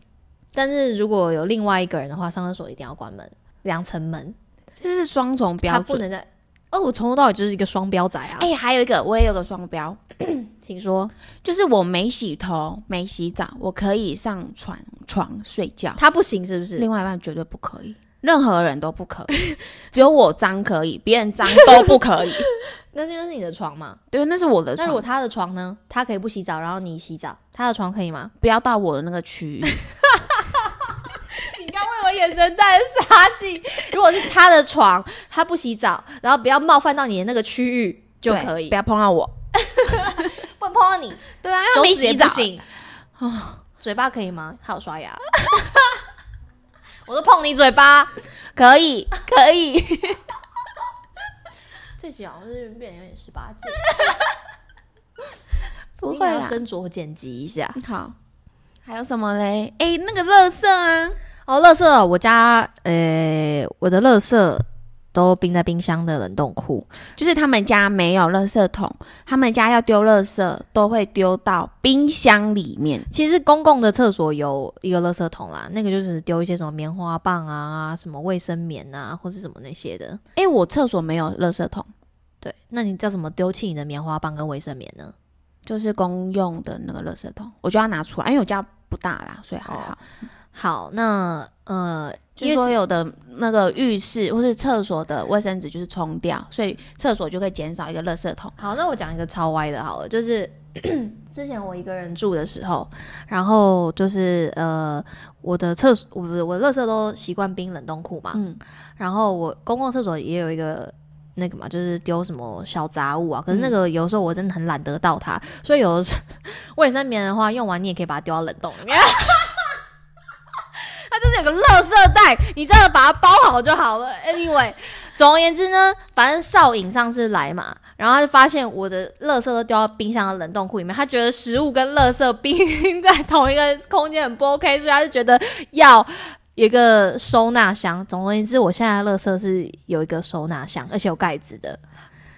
Speaker 3: 但是如果有另外一个人的话，上厕所一定要关门，两层门，
Speaker 1: 这是双重
Speaker 3: 他
Speaker 1: 标
Speaker 3: 不
Speaker 1: 准。
Speaker 3: 能在。哦，我从头到尾就是一个双标仔啊！
Speaker 1: 哎、还有一个，我也有个双标，
Speaker 3: 请说，
Speaker 1: 就是我没洗头、没洗澡，我可以上床床睡觉，
Speaker 3: 他不行是不是？
Speaker 1: 另外一半绝对不可以，任何人都不可 以，只有我脏可以，别人脏都不可以。
Speaker 3: 那这就是你的床嘛？
Speaker 1: 对，那是我的
Speaker 3: 那
Speaker 1: 床，
Speaker 3: 如果他的床呢？他可以不洗澡，然后你洗澡，他的床可以吗？
Speaker 1: 不要到我的那个区域。
Speaker 3: 你刚为我眼神带杀气。 如果是他的床，他不洗澡，然后不要冒犯到你的那个区域就
Speaker 1: 对
Speaker 3: 可以
Speaker 1: 不，要碰到我。
Speaker 3: 不能碰到你。
Speaker 1: 对啊，
Speaker 3: 手
Speaker 1: 没
Speaker 3: 指也
Speaker 1: 洗
Speaker 3: 不
Speaker 1: 澡，
Speaker 3: 行啊，嘴巴可以吗？还有刷牙。 我说碰你嘴巴，
Speaker 1: 可以，可以。
Speaker 3: 这集好像是变得有点十八禁，
Speaker 1: 不
Speaker 3: 你
Speaker 1: 会
Speaker 3: 可能
Speaker 1: 啦
Speaker 3: 要，斟酌剪辑一下。
Speaker 1: 好。还有什么嘞？哎、那个乐色啊，
Speaker 3: 哦，垃圾哦，我家呃，我的垃圾都冰在冰箱的冷冻库。
Speaker 1: 就是他们家没有垃圾桶，他们家要丢垃圾都会丢到冰箱里面。
Speaker 3: 其实公共的厕所有一个垃圾桶啦，那个就是丢一些什么棉花棒啊、什么卫生棉啊，或是什么那些的。
Speaker 1: 哎、我厕所没有垃圾桶，
Speaker 3: 对，那你叫怎么丢弃你的棉花棒跟卫生棉呢？
Speaker 1: 就是公用的那个垃圾桶，我就要拿出来，因为我家不大啦，所以还
Speaker 3: 哦
Speaker 1: 好。
Speaker 3: 好，那呃，
Speaker 1: 就
Speaker 3: 因
Speaker 1: 是
Speaker 3: 为
Speaker 1: 说
Speaker 3: 只
Speaker 1: 有的那个浴室或是厕所的卫生纸就是冲掉，所以厕所就会减少一个垃圾桶。
Speaker 3: 好，那我讲一个超歪的，好了，就是 之前我一个人住的时候，然后就是呃，我的厕所，我的我的垃圾都习惯冰冷冻库嘛，
Speaker 1: 嗯，
Speaker 3: 然后我公共厕所也有一个那个嘛，就是丢什么小杂物啊。可是那个有时候我真的很懒得倒它，所以有的时候 卫生棉的话，用完你也可以把它丢到冷冻里面。 它就是有个垃圾袋，你只要把它包好就好了。Anyway，总而言之呢，反正少颖上次来嘛，然后他就发现我的垃圾都丢到冰箱的冷冻库里面，他觉得食物跟垃圾 冰在同一个空间很不 OK，所以他就觉得要有一个收纳箱。总而言之，我现在的垃圾是有一个收纳箱，而且有盖子的。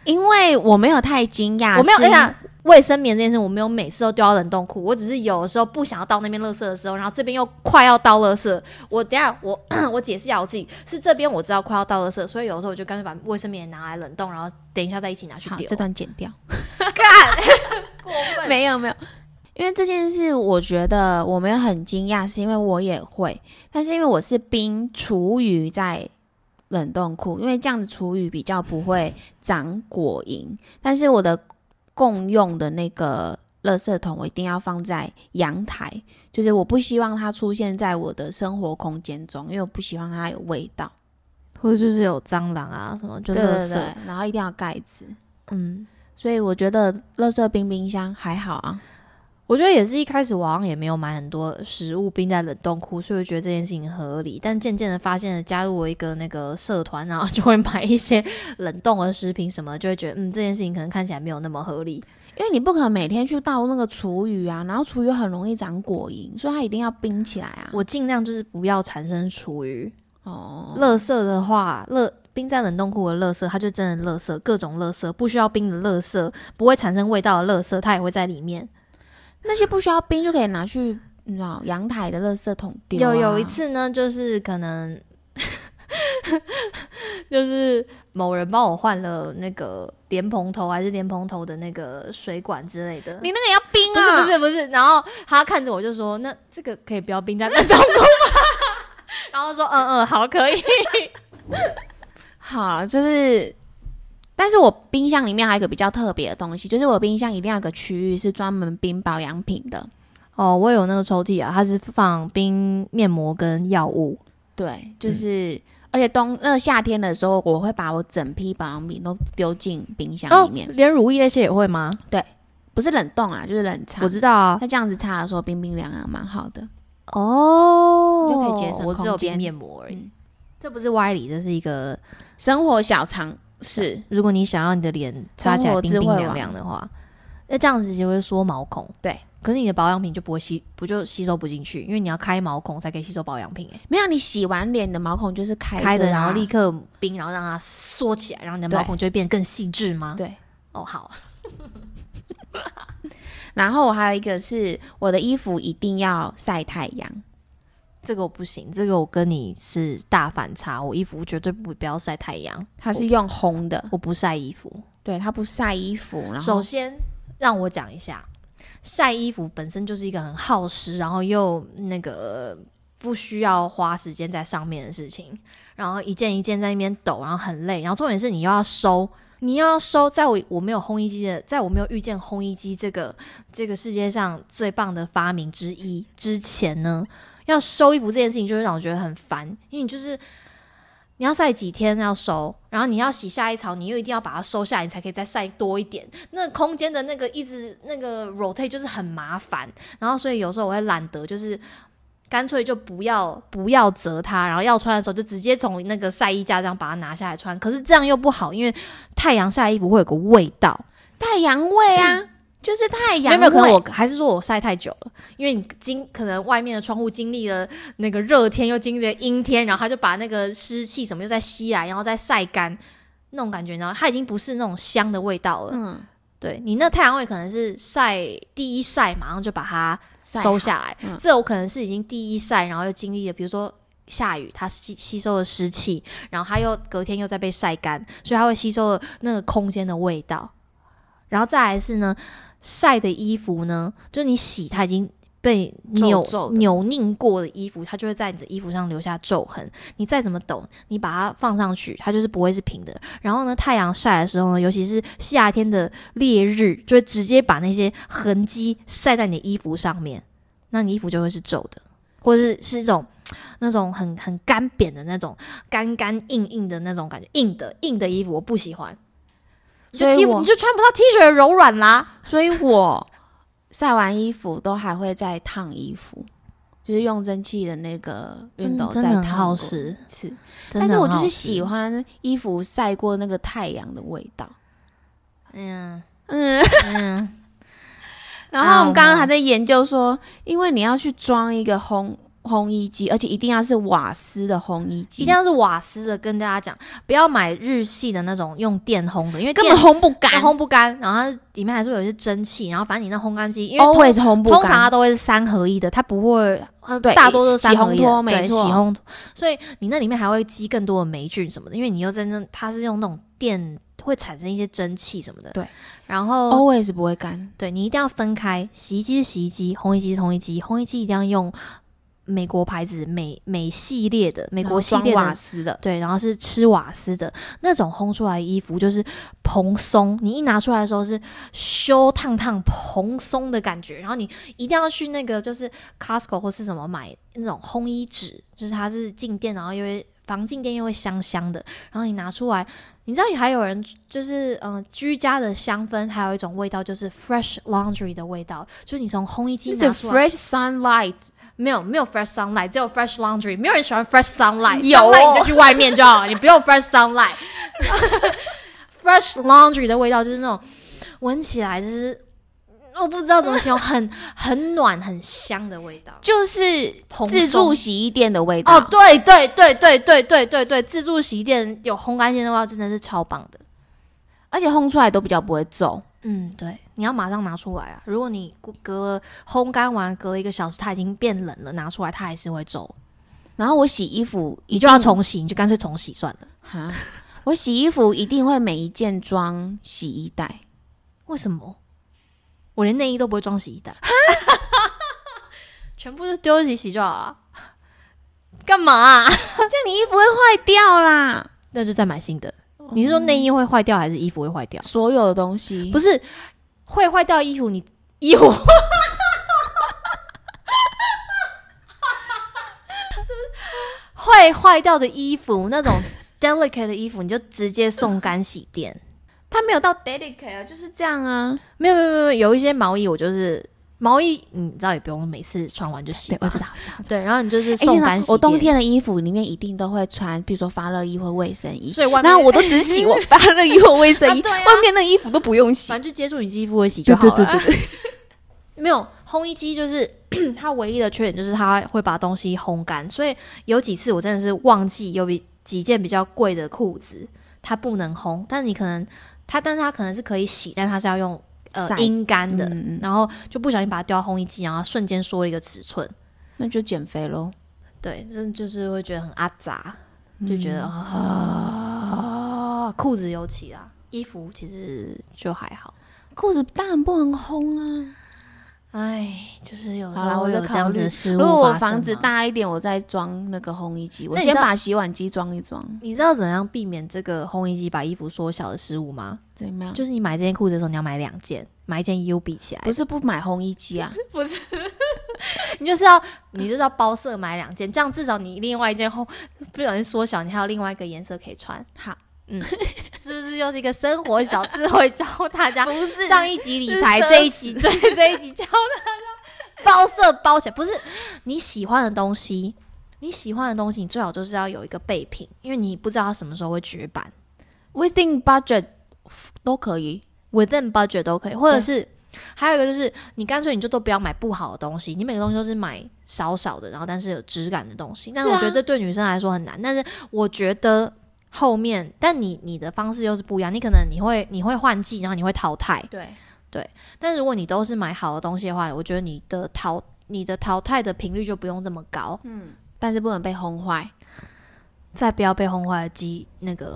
Speaker 1: 因为我没有太惊讶，
Speaker 3: 我没有，
Speaker 1: 是
Speaker 3: 哎呀，卫生棉这件事，我没有每次都丢到冷冻库，我只是有的时候不想要倒那边垃圾的时候，然后这边又快要倒垃圾，我等一下我我解释一下我自己，是这边我知道快要倒垃圾，所以有的时候我就干脆把卫生棉拿来冷冻，然后等一下再一起拿去
Speaker 1: 好
Speaker 3: 丢。
Speaker 1: 这段剪掉。
Speaker 3: 过分
Speaker 1: 没有没有，因为这件事我觉得我没有很惊讶，是因为我也会，但是因为我是冰厨余在冷冻库，因为这样子厨余比较不会长果蝇，但是我的共用的那个垃圾桶我一定要放在阳台，就是我不希望它出现在我的生活空间中，因为我不希望它有味道。
Speaker 3: 或者就是有蟑螂啊什么，就
Speaker 1: 对
Speaker 3: 垃圾。
Speaker 1: 对对，然后一定要盖子。
Speaker 3: 嗯，
Speaker 1: 所以我觉得垃圾冰冰箱还好啊。
Speaker 3: 我觉得也是一开始我好像也没有买很多食物冰在冷冻库，所以我觉得这件事情合理。但渐渐的发现了，加入我一个那个社团，然后就会买一些冷冻的食品什么，就会觉得嗯这件事情可能看起来没有那么合理。
Speaker 1: 因为你不可能每天去倒那个厨余啊，然后厨余很容易长果蝇，所以它一定要冰起来啊。
Speaker 3: 我尽量就是不要产生厨余，
Speaker 1: 哦，
Speaker 3: 垃圾的话，垃冰在冷冻库的垃圾，它就真的垃圾，各种垃圾，不需要冰的垃圾，不会产生味道的垃圾，它也会在里面。
Speaker 1: 那些不需要冰就可以拿去，你知道阳台的垃圾桶丢、啊。
Speaker 3: 有有一，次呢，就是可能就是某人帮我换了那个莲蓬头还是莲蓬头的那个水管之类的。
Speaker 1: 你那个要冰
Speaker 3: 不
Speaker 1: 啊？
Speaker 3: 是不是不是，然后他看着我就说：“那这个可以不要冰在冷冻库吗？” 然后说：“嗯嗯，好，可以。”
Speaker 1: 好，就是，但是我冰箱里面还有一个比较特别的东西，就是我冰箱一定要有个区域是专门冰保养品的。
Speaker 3: 哦，我有那个抽屉啊，它是放冰面膜跟药物。
Speaker 1: 对，就是，
Speaker 3: 嗯
Speaker 1: 而且冬那夏天的时候，我会把我整批保养品都丢进冰箱
Speaker 3: 哦
Speaker 1: 里，面，
Speaker 3: 连乳液那些也会吗？
Speaker 1: 不是冷冻啊，就是冷藏
Speaker 3: 我。知道啊。
Speaker 1: 那这样子擦的时候冰冰凉凉，蛮好的。
Speaker 3: 哦
Speaker 1: 就可以节省
Speaker 3: 我只有
Speaker 1: 空间
Speaker 3: 冰面膜而已。
Speaker 1: 嗯
Speaker 3: 这不是歪理，这是一个，
Speaker 1: 生活小常识，
Speaker 3: 如果你想要你的脸擦起来
Speaker 1: 生活
Speaker 3: 冰
Speaker 1: 智慧
Speaker 3: 冰
Speaker 1: 网
Speaker 3: 凉凉的话，那这样子就会缩毛孔。
Speaker 1: 对，
Speaker 3: 可是你的保养品就不会吸，不就吸收不进去，因为你要开毛孔才可以吸收保养品、欸。
Speaker 1: 没有你洗完脸，你的毛孔就是开
Speaker 3: 开
Speaker 1: 着
Speaker 3: 的，
Speaker 1: 啊
Speaker 3: 然后立刻冰，然后让它缩起来，然后你的毛
Speaker 1: 对
Speaker 3: 孔就会变得更细致吗？
Speaker 1: 对。
Speaker 3: 哦，好，
Speaker 1: 然后我还有一个是我的衣服一定要晒太阳，
Speaker 3: 这个我不行，这个我跟你是大反差。我衣服绝对不不要晒太阳，
Speaker 1: 它是用烘的，
Speaker 3: 我不晒衣服。
Speaker 1: 对，它不晒衣服，然后
Speaker 3: 首先，让我讲一下，晒衣服本身就是一个很耗时，然后又那个不需要花时间在上面的事情，然后一件一件在那边抖，然后很累，然后重点是你又要收。你又要收，在我我没有烘衣机的，在我没有遇见烘衣机这个这个世界上最棒的发明之一之前呢，要收衣服这件事情就会让我觉得很烦，因为你就是你要晒几天要收，然后你要洗下一槽，你又一定要把它收下来，你才可以再晒多一点。那空间的那个一直那个 rotate 就是很麻烦，然后所以有时候我会懒得，就是干脆就不要不要折它，然后要穿的时候就直接从那个晒衣架这样把它拿下来穿。可是这样又不好，因为太阳晒衣服会有个味道。
Speaker 1: 太阳味啊，就是太
Speaker 3: 没
Speaker 1: 阳味。
Speaker 3: 有没有，可能我还是说我晒太久了，因为你经可能外面的窗户经历了那个热天，又经历了阴天，然后它就把那个湿气什么又再吸来，然后再晒干，那种感觉，然后它已经不是那种香的味道了。
Speaker 1: 嗯
Speaker 3: 对你那太阳味可能是晒第一晒，马上就把它
Speaker 1: 晒
Speaker 3: 收
Speaker 1: 好
Speaker 3: 下来，
Speaker 1: 嗯
Speaker 3: 这有可能是已经第一晒，然后又经历了比如说下雨，它吸吸收了湿气，然后它又隔天又再被晒干，所以它会吸收了那个空间的味道。然后再来是呢，晒的衣服呢，就是你洗它已经被扭
Speaker 1: 皱皱的
Speaker 3: 扭拧过的衣服，它就会在你的衣服上留下皱痕。你再怎么抖，你把它放上去，它就是不会是平的。然后呢，太阳晒的时候呢，尤其是夏天的烈日，就会直接把那些痕迹晒在你的衣服上面，那你衣服就会是皱的，或者是是一种那种很很干扁的那种干干硬硬的那种感觉，硬的硬的衣服我不喜欢。
Speaker 1: 所以
Speaker 3: 你就 T-
Speaker 1: 我
Speaker 3: 你就穿不到 T 恤的柔软啦。
Speaker 1: 所以我晒完衣服都还会再烫衣服，就是用蒸汽的那个熨斗
Speaker 3: 嗯
Speaker 1: 再
Speaker 3: 真的很
Speaker 1: 烫
Speaker 3: 耗
Speaker 1: 过
Speaker 3: 时
Speaker 1: 一次。
Speaker 3: 但
Speaker 1: 但是我就是喜
Speaker 3: 欢，
Speaker 1: 欢衣服晒过那个太阳的味道。哎
Speaker 3: 嗯
Speaker 1: 嗯，
Speaker 3: 嗯，
Speaker 1: 然后我们刚刚还在研究说，因为你要去装一个烘烘衣机，而且一定要是瓦斯的烘衣机，
Speaker 3: 一定要是瓦斯的，跟大家讲，不要买日系的那种用电烘的，因为
Speaker 1: 根本
Speaker 3: 电
Speaker 1: 烘不
Speaker 3: 它
Speaker 1: 干
Speaker 3: 烘不干，然后它里面还是会有一些蒸汽，然后反正你那烘干机，因为通
Speaker 1: ，always 烘不
Speaker 3: 通常它
Speaker 1: 干。
Speaker 3: 都会是三合一的，它不会，呃
Speaker 1: 对
Speaker 3: 大多都是三合一
Speaker 1: 洗烘脱
Speaker 3: 的，对
Speaker 1: 没错
Speaker 3: 洗烘，所以你那里面还会积更多的霉菌什么的，因为你又在那，它是用那种电会产生一些蒸汽什么的，
Speaker 1: 对，
Speaker 3: 然后
Speaker 1: always 不会干，
Speaker 3: 对你一定要分开，洗衣机是洗衣机，烘衣机是烘衣机，烘衣机一定要用美国牌子、美美系列的、美
Speaker 1: 美
Speaker 3: 国系列
Speaker 1: 瓦
Speaker 3: 的，
Speaker 1: 斯的，
Speaker 3: 对，然后是吃瓦斯的那种烘出来的衣服，就是蓬松。你一拿出来的时候是修烫烫蓬松的感觉，然后你一定要去那个就是 Costco 或是什么买那种烘衣纸，就是它是静电，然后又会防静电又会香香的，然后你拿出来，你知道还有人就是嗯、呃居家的香氛，还有一种味道就是 fresh laundry 的味道，就是你从烘衣机
Speaker 1: 这
Speaker 3: 拿
Speaker 1: 是
Speaker 3: 出来，
Speaker 1: fresh sunlight，
Speaker 3: 没有没有 fresh sunlight，只有 fresh laundry，没有人喜欢 fresh sunlight，
Speaker 1: 有
Speaker 3: sunlight 你就去外面就好，你不用 fresh sunlight。fresh laundry 的味道就是那种闻起来就是我不知道怎么形容，很很暖很香的味道。
Speaker 1: 就是
Speaker 3: 蓬
Speaker 1: 自助
Speaker 3: 松
Speaker 1: 洗衣店的味道。
Speaker 3: 哦，对对对对对对对对，自助洗衣店有烘干店的味道真的是超棒的。
Speaker 1: 而且烘出来都比较不会皱。
Speaker 3: 嗯，对，你要马上拿出来啊！如果你过隔了烘干完隔了一个小时，它已经变冷了，拿出来它还是会皱，
Speaker 1: 然后我洗衣服一
Speaker 3: 你
Speaker 1: 定
Speaker 3: 就要重洗，你就干脆重洗算了。
Speaker 1: 哈，我洗衣服一定会每一件装洗衣袋。
Speaker 3: 为什么？我连内衣都不会装洗衣袋， 全部就丢一起洗就好了。干嘛啊、
Speaker 1: 这样你衣服会坏掉啦。
Speaker 3: 那就再买新的。你是说内衣会坏掉，还是衣服会坏掉？
Speaker 1: 所有的东西
Speaker 3: 不
Speaker 1: 是
Speaker 3: 是会坏掉衣服，你衣服。 会坏掉的衣服，那种 delicate 的衣服，你就直接送干洗店。
Speaker 1: 它没有到 delicate 啊，就是这样啊。
Speaker 3: 没有没有没有，有一些毛衣我就是毛衣，你知道也不用每次穿完就洗
Speaker 1: 对，
Speaker 3: 吧
Speaker 1: 我知道，我知道。
Speaker 3: 对，然后你就是
Speaker 1: 哎
Speaker 3: 送
Speaker 1: 天哪
Speaker 3: 干洗、
Speaker 1: 我冬，天的衣服里面一定都会穿，比如说发热衣或卫生衣。
Speaker 3: 所以外面
Speaker 1: 然后我都只洗我发热衣或卫生衣，
Speaker 3: 啊对啊
Speaker 1: 外面那衣服都不用洗。
Speaker 3: 反正就接触你肌肤会洗就好了。 没有烘衣机，就是 它唯一的缺点就是它会把东西烘干，所以有几次我真的是忘记有比几件比较贵的裤子它不能烘，但你可能它，但是它可能是可以洗，但它是要用呃
Speaker 1: 晒
Speaker 3: 阴干的，
Speaker 1: 嗯嗯
Speaker 3: 然后就不小心把它丢到烘衣机，然后它瞬间缩了一个尺寸，
Speaker 1: 那就减肥喽。
Speaker 3: 对，真的就是会觉得很阿杂，就觉
Speaker 1: 嗯
Speaker 3: 得、啊，裤子尤其啊，衣服其实就还好。
Speaker 1: 裤子当然不能烘啊。
Speaker 3: 哎，就是有时
Speaker 1: 好啦
Speaker 3: 候
Speaker 1: 我
Speaker 3: 会
Speaker 1: 在
Speaker 3: 有这样子
Speaker 1: 考虑
Speaker 3: 的失误
Speaker 1: 如果我
Speaker 3: 发生
Speaker 1: 房子
Speaker 3: 啊，
Speaker 1: 大一点，我再装那个烘衣机。我
Speaker 3: 那你
Speaker 1: 先
Speaker 3: 知道
Speaker 1: 把洗碗机装一装，
Speaker 3: 你知道怎样避免这个烘衣机把衣服缩小的失误吗？
Speaker 1: 怎么样？
Speaker 3: 就是你买这件裤子的时候，你要买两件，买一件 U 比起来
Speaker 1: 不，是不买烘衣机啊，
Speaker 3: 你就是要你就是要包色买两件，这样至少你另外一件烘不小心缩小，你还有另外一个颜色可以穿。
Speaker 1: 好，
Speaker 3: 嗯，是不是又是一个生活小智慧教大家？
Speaker 1: 不是
Speaker 3: 上一集理
Speaker 1: 是
Speaker 3: 财，
Speaker 1: 奢
Speaker 3: 这一集对这一集教大家包色包起来，不是你喜欢的东西，你喜欢的东西，你最好就是要有一个备品，因为你不知道它什么时候会绝版。
Speaker 1: within budget 都可以。
Speaker 3: within budget 都可以，或者是还有一个就是，你干脆你就都不要买不好的东西，你每个东西都是买少少的，然后但是有质感的东西。但是
Speaker 1: 是啊
Speaker 3: 我觉得这对女生来说很难，但是我觉得后面，但你你的方式又是不一样，你可能你会你会换季，然后你会淘汰，
Speaker 1: 对，
Speaker 3: 但如果你都是买好的东西的话，我觉得你的淘你的淘汰的频率就不用这么高，
Speaker 1: 但是不能被烘坏。
Speaker 3: 再不要被红坏的机那个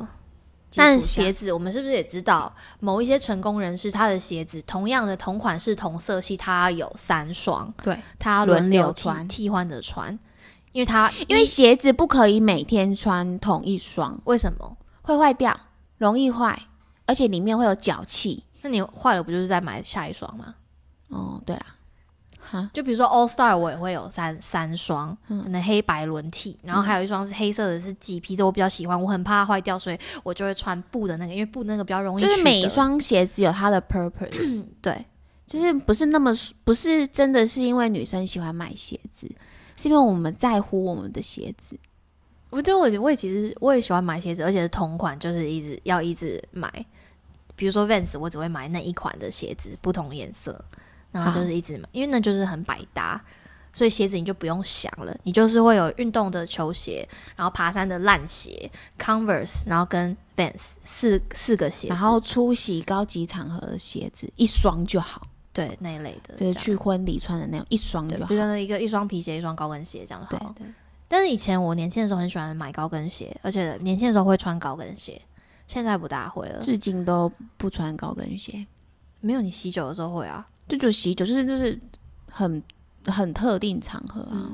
Speaker 1: 基础
Speaker 3: 但
Speaker 1: 下
Speaker 3: 鞋子，我们是不是也知道，某一些成功人士他的鞋子，同样的同款式、同色系，他有三双，
Speaker 1: 对，
Speaker 3: 他要
Speaker 1: 轮
Speaker 3: 轮
Speaker 1: 流
Speaker 3: 流替
Speaker 1: 穿
Speaker 3: 替换着穿，因为他
Speaker 1: 因为鞋子不可以每天穿同一双，
Speaker 3: 为什么？
Speaker 1: 会坏掉，容易坏，而且里面会有脚气。
Speaker 3: 那你坏了不就是再买下一双吗？
Speaker 1: 哦，对啦，哈，
Speaker 3: 就比如说 All Star，我也会有三三双，
Speaker 1: 嗯
Speaker 3: 可能黑白轮替，然后还有一双是黑色的，是麂皮的，我比较喜欢，我很怕它坏掉，所以我就会穿布的那个，因为布那个比较容易取
Speaker 1: 就
Speaker 3: 得。
Speaker 1: 是每一双鞋子有它的 purpose，
Speaker 3: 对，
Speaker 1: 就是不是那么不是真的是因为女生喜欢买鞋子，是因为我们在乎我们的鞋子。
Speaker 3: 我觉得我我也其实我也喜欢买鞋子，而且是同款，就是一直要一直买。比如说 Vans，我只会买那一款的鞋子，不同颜色，然后就是一直买，因为那就是很百搭。所以鞋子你就不用想了，你就是会有运动的球鞋，然后爬山的烂鞋，Converse，然后跟 Vans 四四个鞋子，
Speaker 1: 然后出席高级场合的鞋子一双就好，
Speaker 3: 对那一类的，
Speaker 1: 就是
Speaker 3: 这样
Speaker 1: 去婚礼穿的那种一双
Speaker 3: 对
Speaker 1: 就，好
Speaker 3: 就。像一个一双皮鞋，一双高跟鞋这样就
Speaker 1: 对
Speaker 3: 好了。
Speaker 1: 对，
Speaker 3: 但是以前我年轻的时候很喜欢买高跟鞋，而且年轻的时候会穿高跟鞋，现在不大会了。
Speaker 1: 至今都不穿高跟鞋。
Speaker 3: 没有你喜酒的时候会啊。
Speaker 1: 就就喜酒，就是就是很很特定场合啊。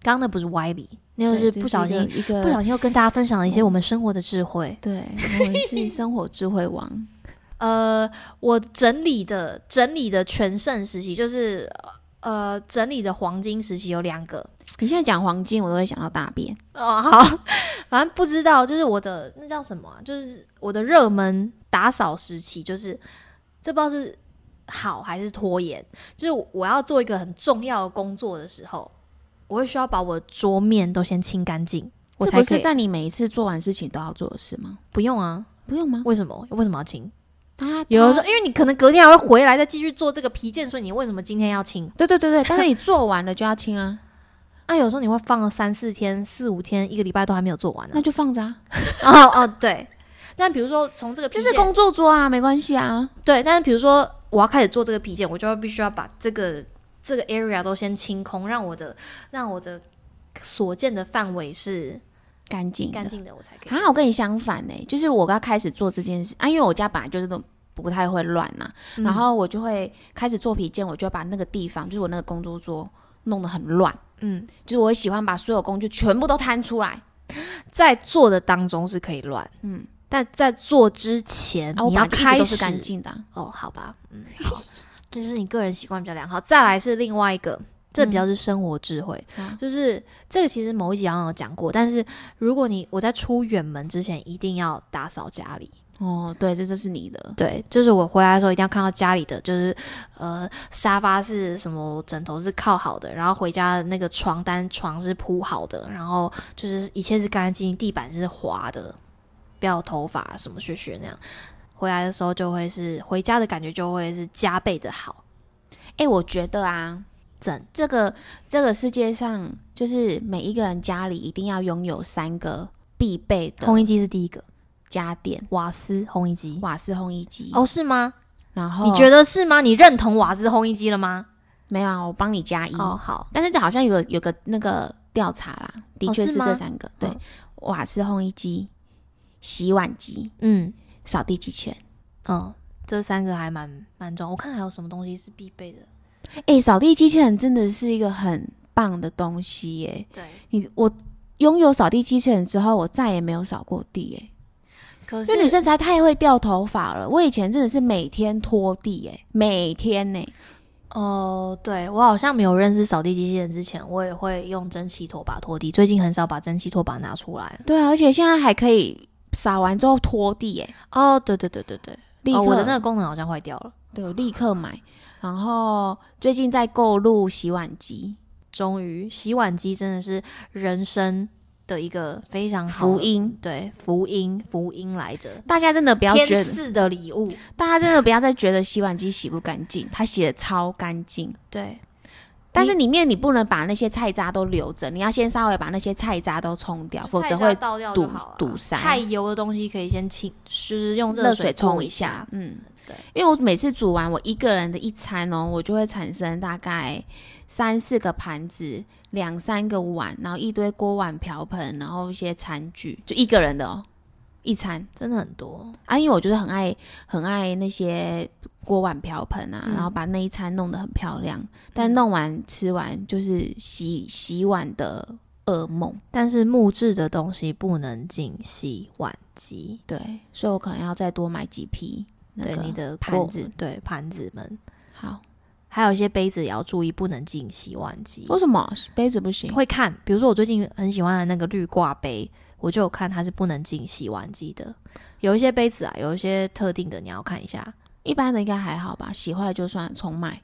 Speaker 3: 刚刚那不是歪理，那
Speaker 1: 就
Speaker 3: 就是不小心
Speaker 1: 一个
Speaker 3: 不小心又跟大家分享了一些我们生活的智慧。
Speaker 1: 对，我们是生活智慧王。
Speaker 3: 呃，我整理的整理的全盛时期就是呃整理的黄金时期有两个
Speaker 1: 你现在讲黄金，我都会想到大便。
Speaker 3: 哦，好，反正不知道就是我的那叫什么啊、就是我的热门打扫时期，就是这不知道是好还是拖延，就是我要做一个很重要的工作的时候，我会需要把我的桌面都先清干净，我
Speaker 1: 这
Speaker 3: 才
Speaker 1: 不
Speaker 3: 可
Speaker 1: 是
Speaker 3: 以
Speaker 1: 在你每一次做完事情都要做的事吗？
Speaker 3: 不用啊。
Speaker 1: 不用吗？
Speaker 3: 为什么？为什么要清？
Speaker 1: 他
Speaker 3: 有的
Speaker 1: 他
Speaker 3: 时候，因为你可能隔天还会回来再继续做这个皮件，所以你为什么今天要清？
Speaker 1: 对对对对，但是你做完了就要清 啊，
Speaker 3: 啊，有时候你会放了三四天、四五天、一个礼拜都还没有做完呢
Speaker 1: 那、就放着啊，
Speaker 3: 哦哦，对。但比如说从这个
Speaker 1: 就
Speaker 3: 皮
Speaker 1: 是
Speaker 3: 件
Speaker 1: 工作桌啊，没关系啊。
Speaker 3: 对，但是比如说我要开始做这个皮件，我就要必须要把这个这个 area 都先清空，让我的让我的所见的范围是
Speaker 1: 干净的，
Speaker 3: 干净的，我才可以。
Speaker 1: 啊，我跟你相反呢、就是我刚开始做这件事啊，因为我家本来就是都不太会乱呐、
Speaker 3: 嗯
Speaker 1: 然后我就会开始做皮件，我就会把那个地方，就是我那个工作桌弄得很乱，
Speaker 3: 嗯，
Speaker 1: 就是我喜欢把所有工具全部都摊出来。
Speaker 3: 在做的当中是可以乱，
Speaker 1: 嗯，
Speaker 3: 但在做之前、
Speaker 1: 啊，我
Speaker 3: 你要
Speaker 1: 本来就一直
Speaker 3: 开
Speaker 1: 都
Speaker 3: 始
Speaker 1: 是干净的啊、
Speaker 3: 哦，好吧，嗯，好，这就是你个人习惯比较良好。再来是另外一个，这比较是生活智慧，
Speaker 1: 嗯
Speaker 3: 就是这个其实某一集好像有讲过，但是如果你我在出远门之前一定要打扫家里，
Speaker 1: 哦，对，这就是你的。
Speaker 3: 对，就是我回来的时候一定要看到家里的，就是呃沙发是什么，枕头是靠好的，然后回家的那个床单床是铺好的，然后就是一切是干干净净，地板是滑的，不要有头发什么屑屑那样。回来的时候就会是回家的感觉就会是加倍的好，
Speaker 1: 哎、我觉得啊，
Speaker 3: 整
Speaker 1: 这个这个世界上，就是每一个人家里一定要拥有三个必备
Speaker 3: 烘
Speaker 1: 的
Speaker 3: 衣机是第一个，
Speaker 1: 家电：
Speaker 3: 瓦斯烘衣机。
Speaker 1: 瓦斯烘衣机。
Speaker 3: 哦，是吗？
Speaker 1: 然后
Speaker 3: 你觉得是吗？你认同瓦斯烘衣机了吗？
Speaker 1: 没有啊？我帮你加一。
Speaker 3: 哦，好，
Speaker 1: 但是这好像有个有个那个调查啦，的
Speaker 3: 哦
Speaker 1: 确
Speaker 3: 是
Speaker 1: 是
Speaker 3: 吗
Speaker 1: 这三个，对
Speaker 3: 嗯，
Speaker 1: 瓦斯烘衣机、洗碗机、
Speaker 3: 嗯
Speaker 1: 扫地机器人。
Speaker 3: 嗯，这三个还蛮蛮重要。我看还有什么东西是必备的。
Speaker 1: 哎、扫地机器人真的是一个很棒的东西耶！
Speaker 3: 对，
Speaker 1: 你我拥有扫地机器人之后，我再也没有扫过地耶，
Speaker 3: 可
Speaker 1: 因为女生实在太会掉头发了。我以前真的是每天拖地耶，每天呢。
Speaker 3: 哦、对我好像没有认识扫地机器人之前，我也会用蒸汽拖把拖地，最近很少把蒸汽拖把拿出来了。
Speaker 1: 对啊，而且现在还可以扫完之后拖地耶，
Speaker 3: 哦、对对对对对，
Speaker 1: 立刻、
Speaker 3: 哦，我的那个功能好像坏掉了，
Speaker 1: 对，我立刻买。然后最近在购入洗碗机。
Speaker 3: 终于洗碗机真的是人生的一个非常好的
Speaker 1: 福，音。
Speaker 3: 对福音福音来着，
Speaker 1: 大家真的不要觉
Speaker 3: 天
Speaker 1: 得，
Speaker 3: 赐的礼物，
Speaker 1: 大家真的不要再觉得洗碗机洗不干净，它洗的超干净。
Speaker 3: 对
Speaker 1: 但是里面你不能把那些菜渣都留着，你要先稍微把那些菜渣都冲掉，啊否则
Speaker 3: 菜
Speaker 1: 会
Speaker 3: 渣倒掉就
Speaker 1: 堵
Speaker 3: 好了
Speaker 1: 堵塞。
Speaker 3: 太油的东西可以先清，就是用
Speaker 1: 热
Speaker 3: 水
Speaker 1: 水
Speaker 3: 冲
Speaker 1: 冲一下，，嗯，
Speaker 3: 对。
Speaker 1: 因为我每次煮完我一个人的一餐哦，我就会产生大概三四个盘子、两三个碗，然后一堆锅碗瓢盆，然后一些餐具，就一个人的哦，一餐。
Speaker 3: 真的很多。
Speaker 1: 啊，因为我就是很爱很爱那些锅碗瓢盆啊，
Speaker 3: 嗯
Speaker 1: 然后把那一餐弄得很漂亮，但弄完吃完就是洗洗碗的噩梦，
Speaker 3: 但是木质的东西不能进洗碗机，
Speaker 1: 对，所以我可能要再多买几批那
Speaker 3: 对
Speaker 1: 个
Speaker 3: 你的
Speaker 1: 盘
Speaker 3: 锅
Speaker 1: 子。
Speaker 3: 对盘子们，
Speaker 1: 好，
Speaker 3: 还有一些杯子也要注意，不能进洗碗机。
Speaker 1: 为什么杯子不行？
Speaker 3: 会看，比如说我最近很喜欢的那个绿挂杯，我就有看它是不能进洗碗机的。有一些杯子啊，有一些特定的你要看一下。
Speaker 1: 一般的应该还好吧，洗坏就算重买。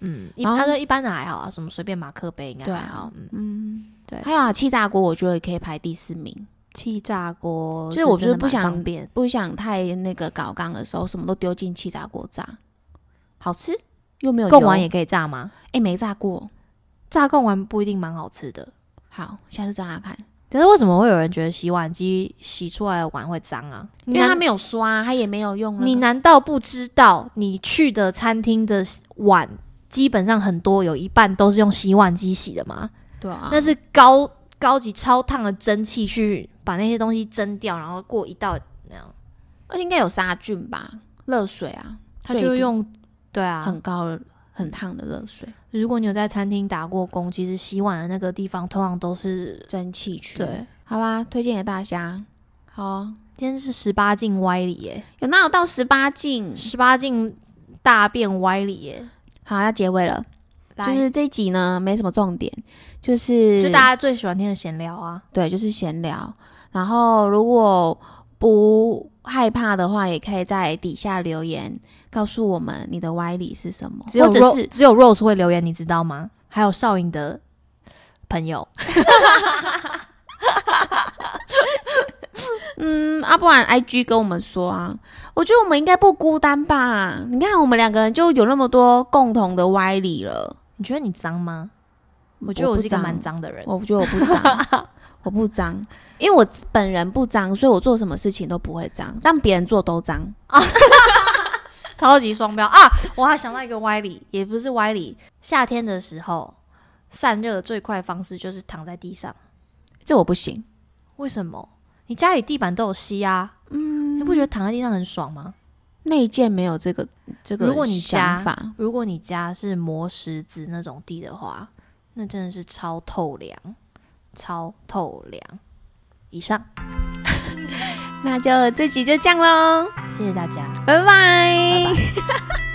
Speaker 3: 嗯，一
Speaker 1: 然后
Speaker 3: 他说一般的还好啊，什么随便马克杯应该
Speaker 1: 对
Speaker 3: 还
Speaker 1: 啊
Speaker 3: 好。嗯，
Speaker 1: 嗯，
Speaker 3: 对。
Speaker 1: 还有啊，气炸锅我觉得也可以排第四名，
Speaker 3: 气炸锅，
Speaker 1: 就是我就是不想
Speaker 3: 方便。
Speaker 1: 不想太那个搞缸的时候，什么都丢进气炸锅炸，好吃又没有
Speaker 3: 贡
Speaker 1: 油
Speaker 3: 丸也可以炸吗？
Speaker 1: 哎、没炸过。
Speaker 3: 炸贡丸不一定蛮好吃的。
Speaker 1: 好，下次炸炸看，
Speaker 3: 可是为什么会有人觉得洗碗机洗出来的碗会脏啊？
Speaker 1: 因为它
Speaker 3: 难
Speaker 1: 没有刷，它也没有用、那
Speaker 3: 你
Speaker 1: 个
Speaker 3: 难道不知道你去的餐厅的碗基本上很多有一半都是用洗碗机洗的吗？
Speaker 1: 对啊，
Speaker 3: 那是高高级超烫的蒸汽去把那些东西蒸掉，然后过一道那样，
Speaker 1: 而且应该有杀菌吧？热水啊，
Speaker 3: 它
Speaker 1: 所以
Speaker 3: 就
Speaker 1: 一定
Speaker 3: 用对啊，
Speaker 1: 很高的、很烫的热水。
Speaker 3: 如果你有在餐厅打过工，其实洗碗的那个地方通常都是
Speaker 1: 蒸汽区。
Speaker 3: 对，
Speaker 1: 好吧，推荐给大家。好啊，
Speaker 3: 今天是十八禁歪理耶，
Speaker 1: 有哪有到十八禁？
Speaker 3: 十八禁大便歪理耶，
Speaker 1: 好，要结尾了。
Speaker 3: 来
Speaker 1: 就是这一集呢，没什么重点，就是
Speaker 3: 就大家最喜欢听的闲聊啊。
Speaker 1: 对，就是闲聊。然后如果不害怕的话，也可以在底下留言告诉我们你的歪理是什么，
Speaker 3: 只有
Speaker 1: 或者
Speaker 3: Rose
Speaker 1: 是
Speaker 3: 只有 Rose 会留言，你知道吗？还有少颖的朋友，
Speaker 1: 嗯，啊，不然 IG 跟我们说啊。我觉得我们应该不孤单吧？你看我们两个人就有那么多共同的歪理了。
Speaker 3: 你觉得你脏吗？我
Speaker 1: 我
Speaker 3: 觉得我
Speaker 1: 不
Speaker 3: 是一个
Speaker 1: 脏
Speaker 3: 蛮脏的人。
Speaker 1: 我觉得我不脏，我不脏，因为我本人不脏，所以我做什么事情都不会脏，但别人做都脏。
Speaker 3: 超级双标啊！我还想到一个歪理，也不是歪理。夏天的时候，散热最快方式就是躺在地上。
Speaker 1: 这我不行，
Speaker 3: 为什么？你家里地板都有吸啊，嗯，你不觉得躺在地上很爽吗？
Speaker 1: 内建没有这个这个
Speaker 3: 如果你
Speaker 1: 想
Speaker 3: 家
Speaker 1: 法，
Speaker 3: 如果你家是磨石子那种地的话，那真的是超透凉，超透凉。以上，
Speaker 1: 那就这集就这样喽，
Speaker 3: 谢谢大家。
Speaker 1: 拜拜。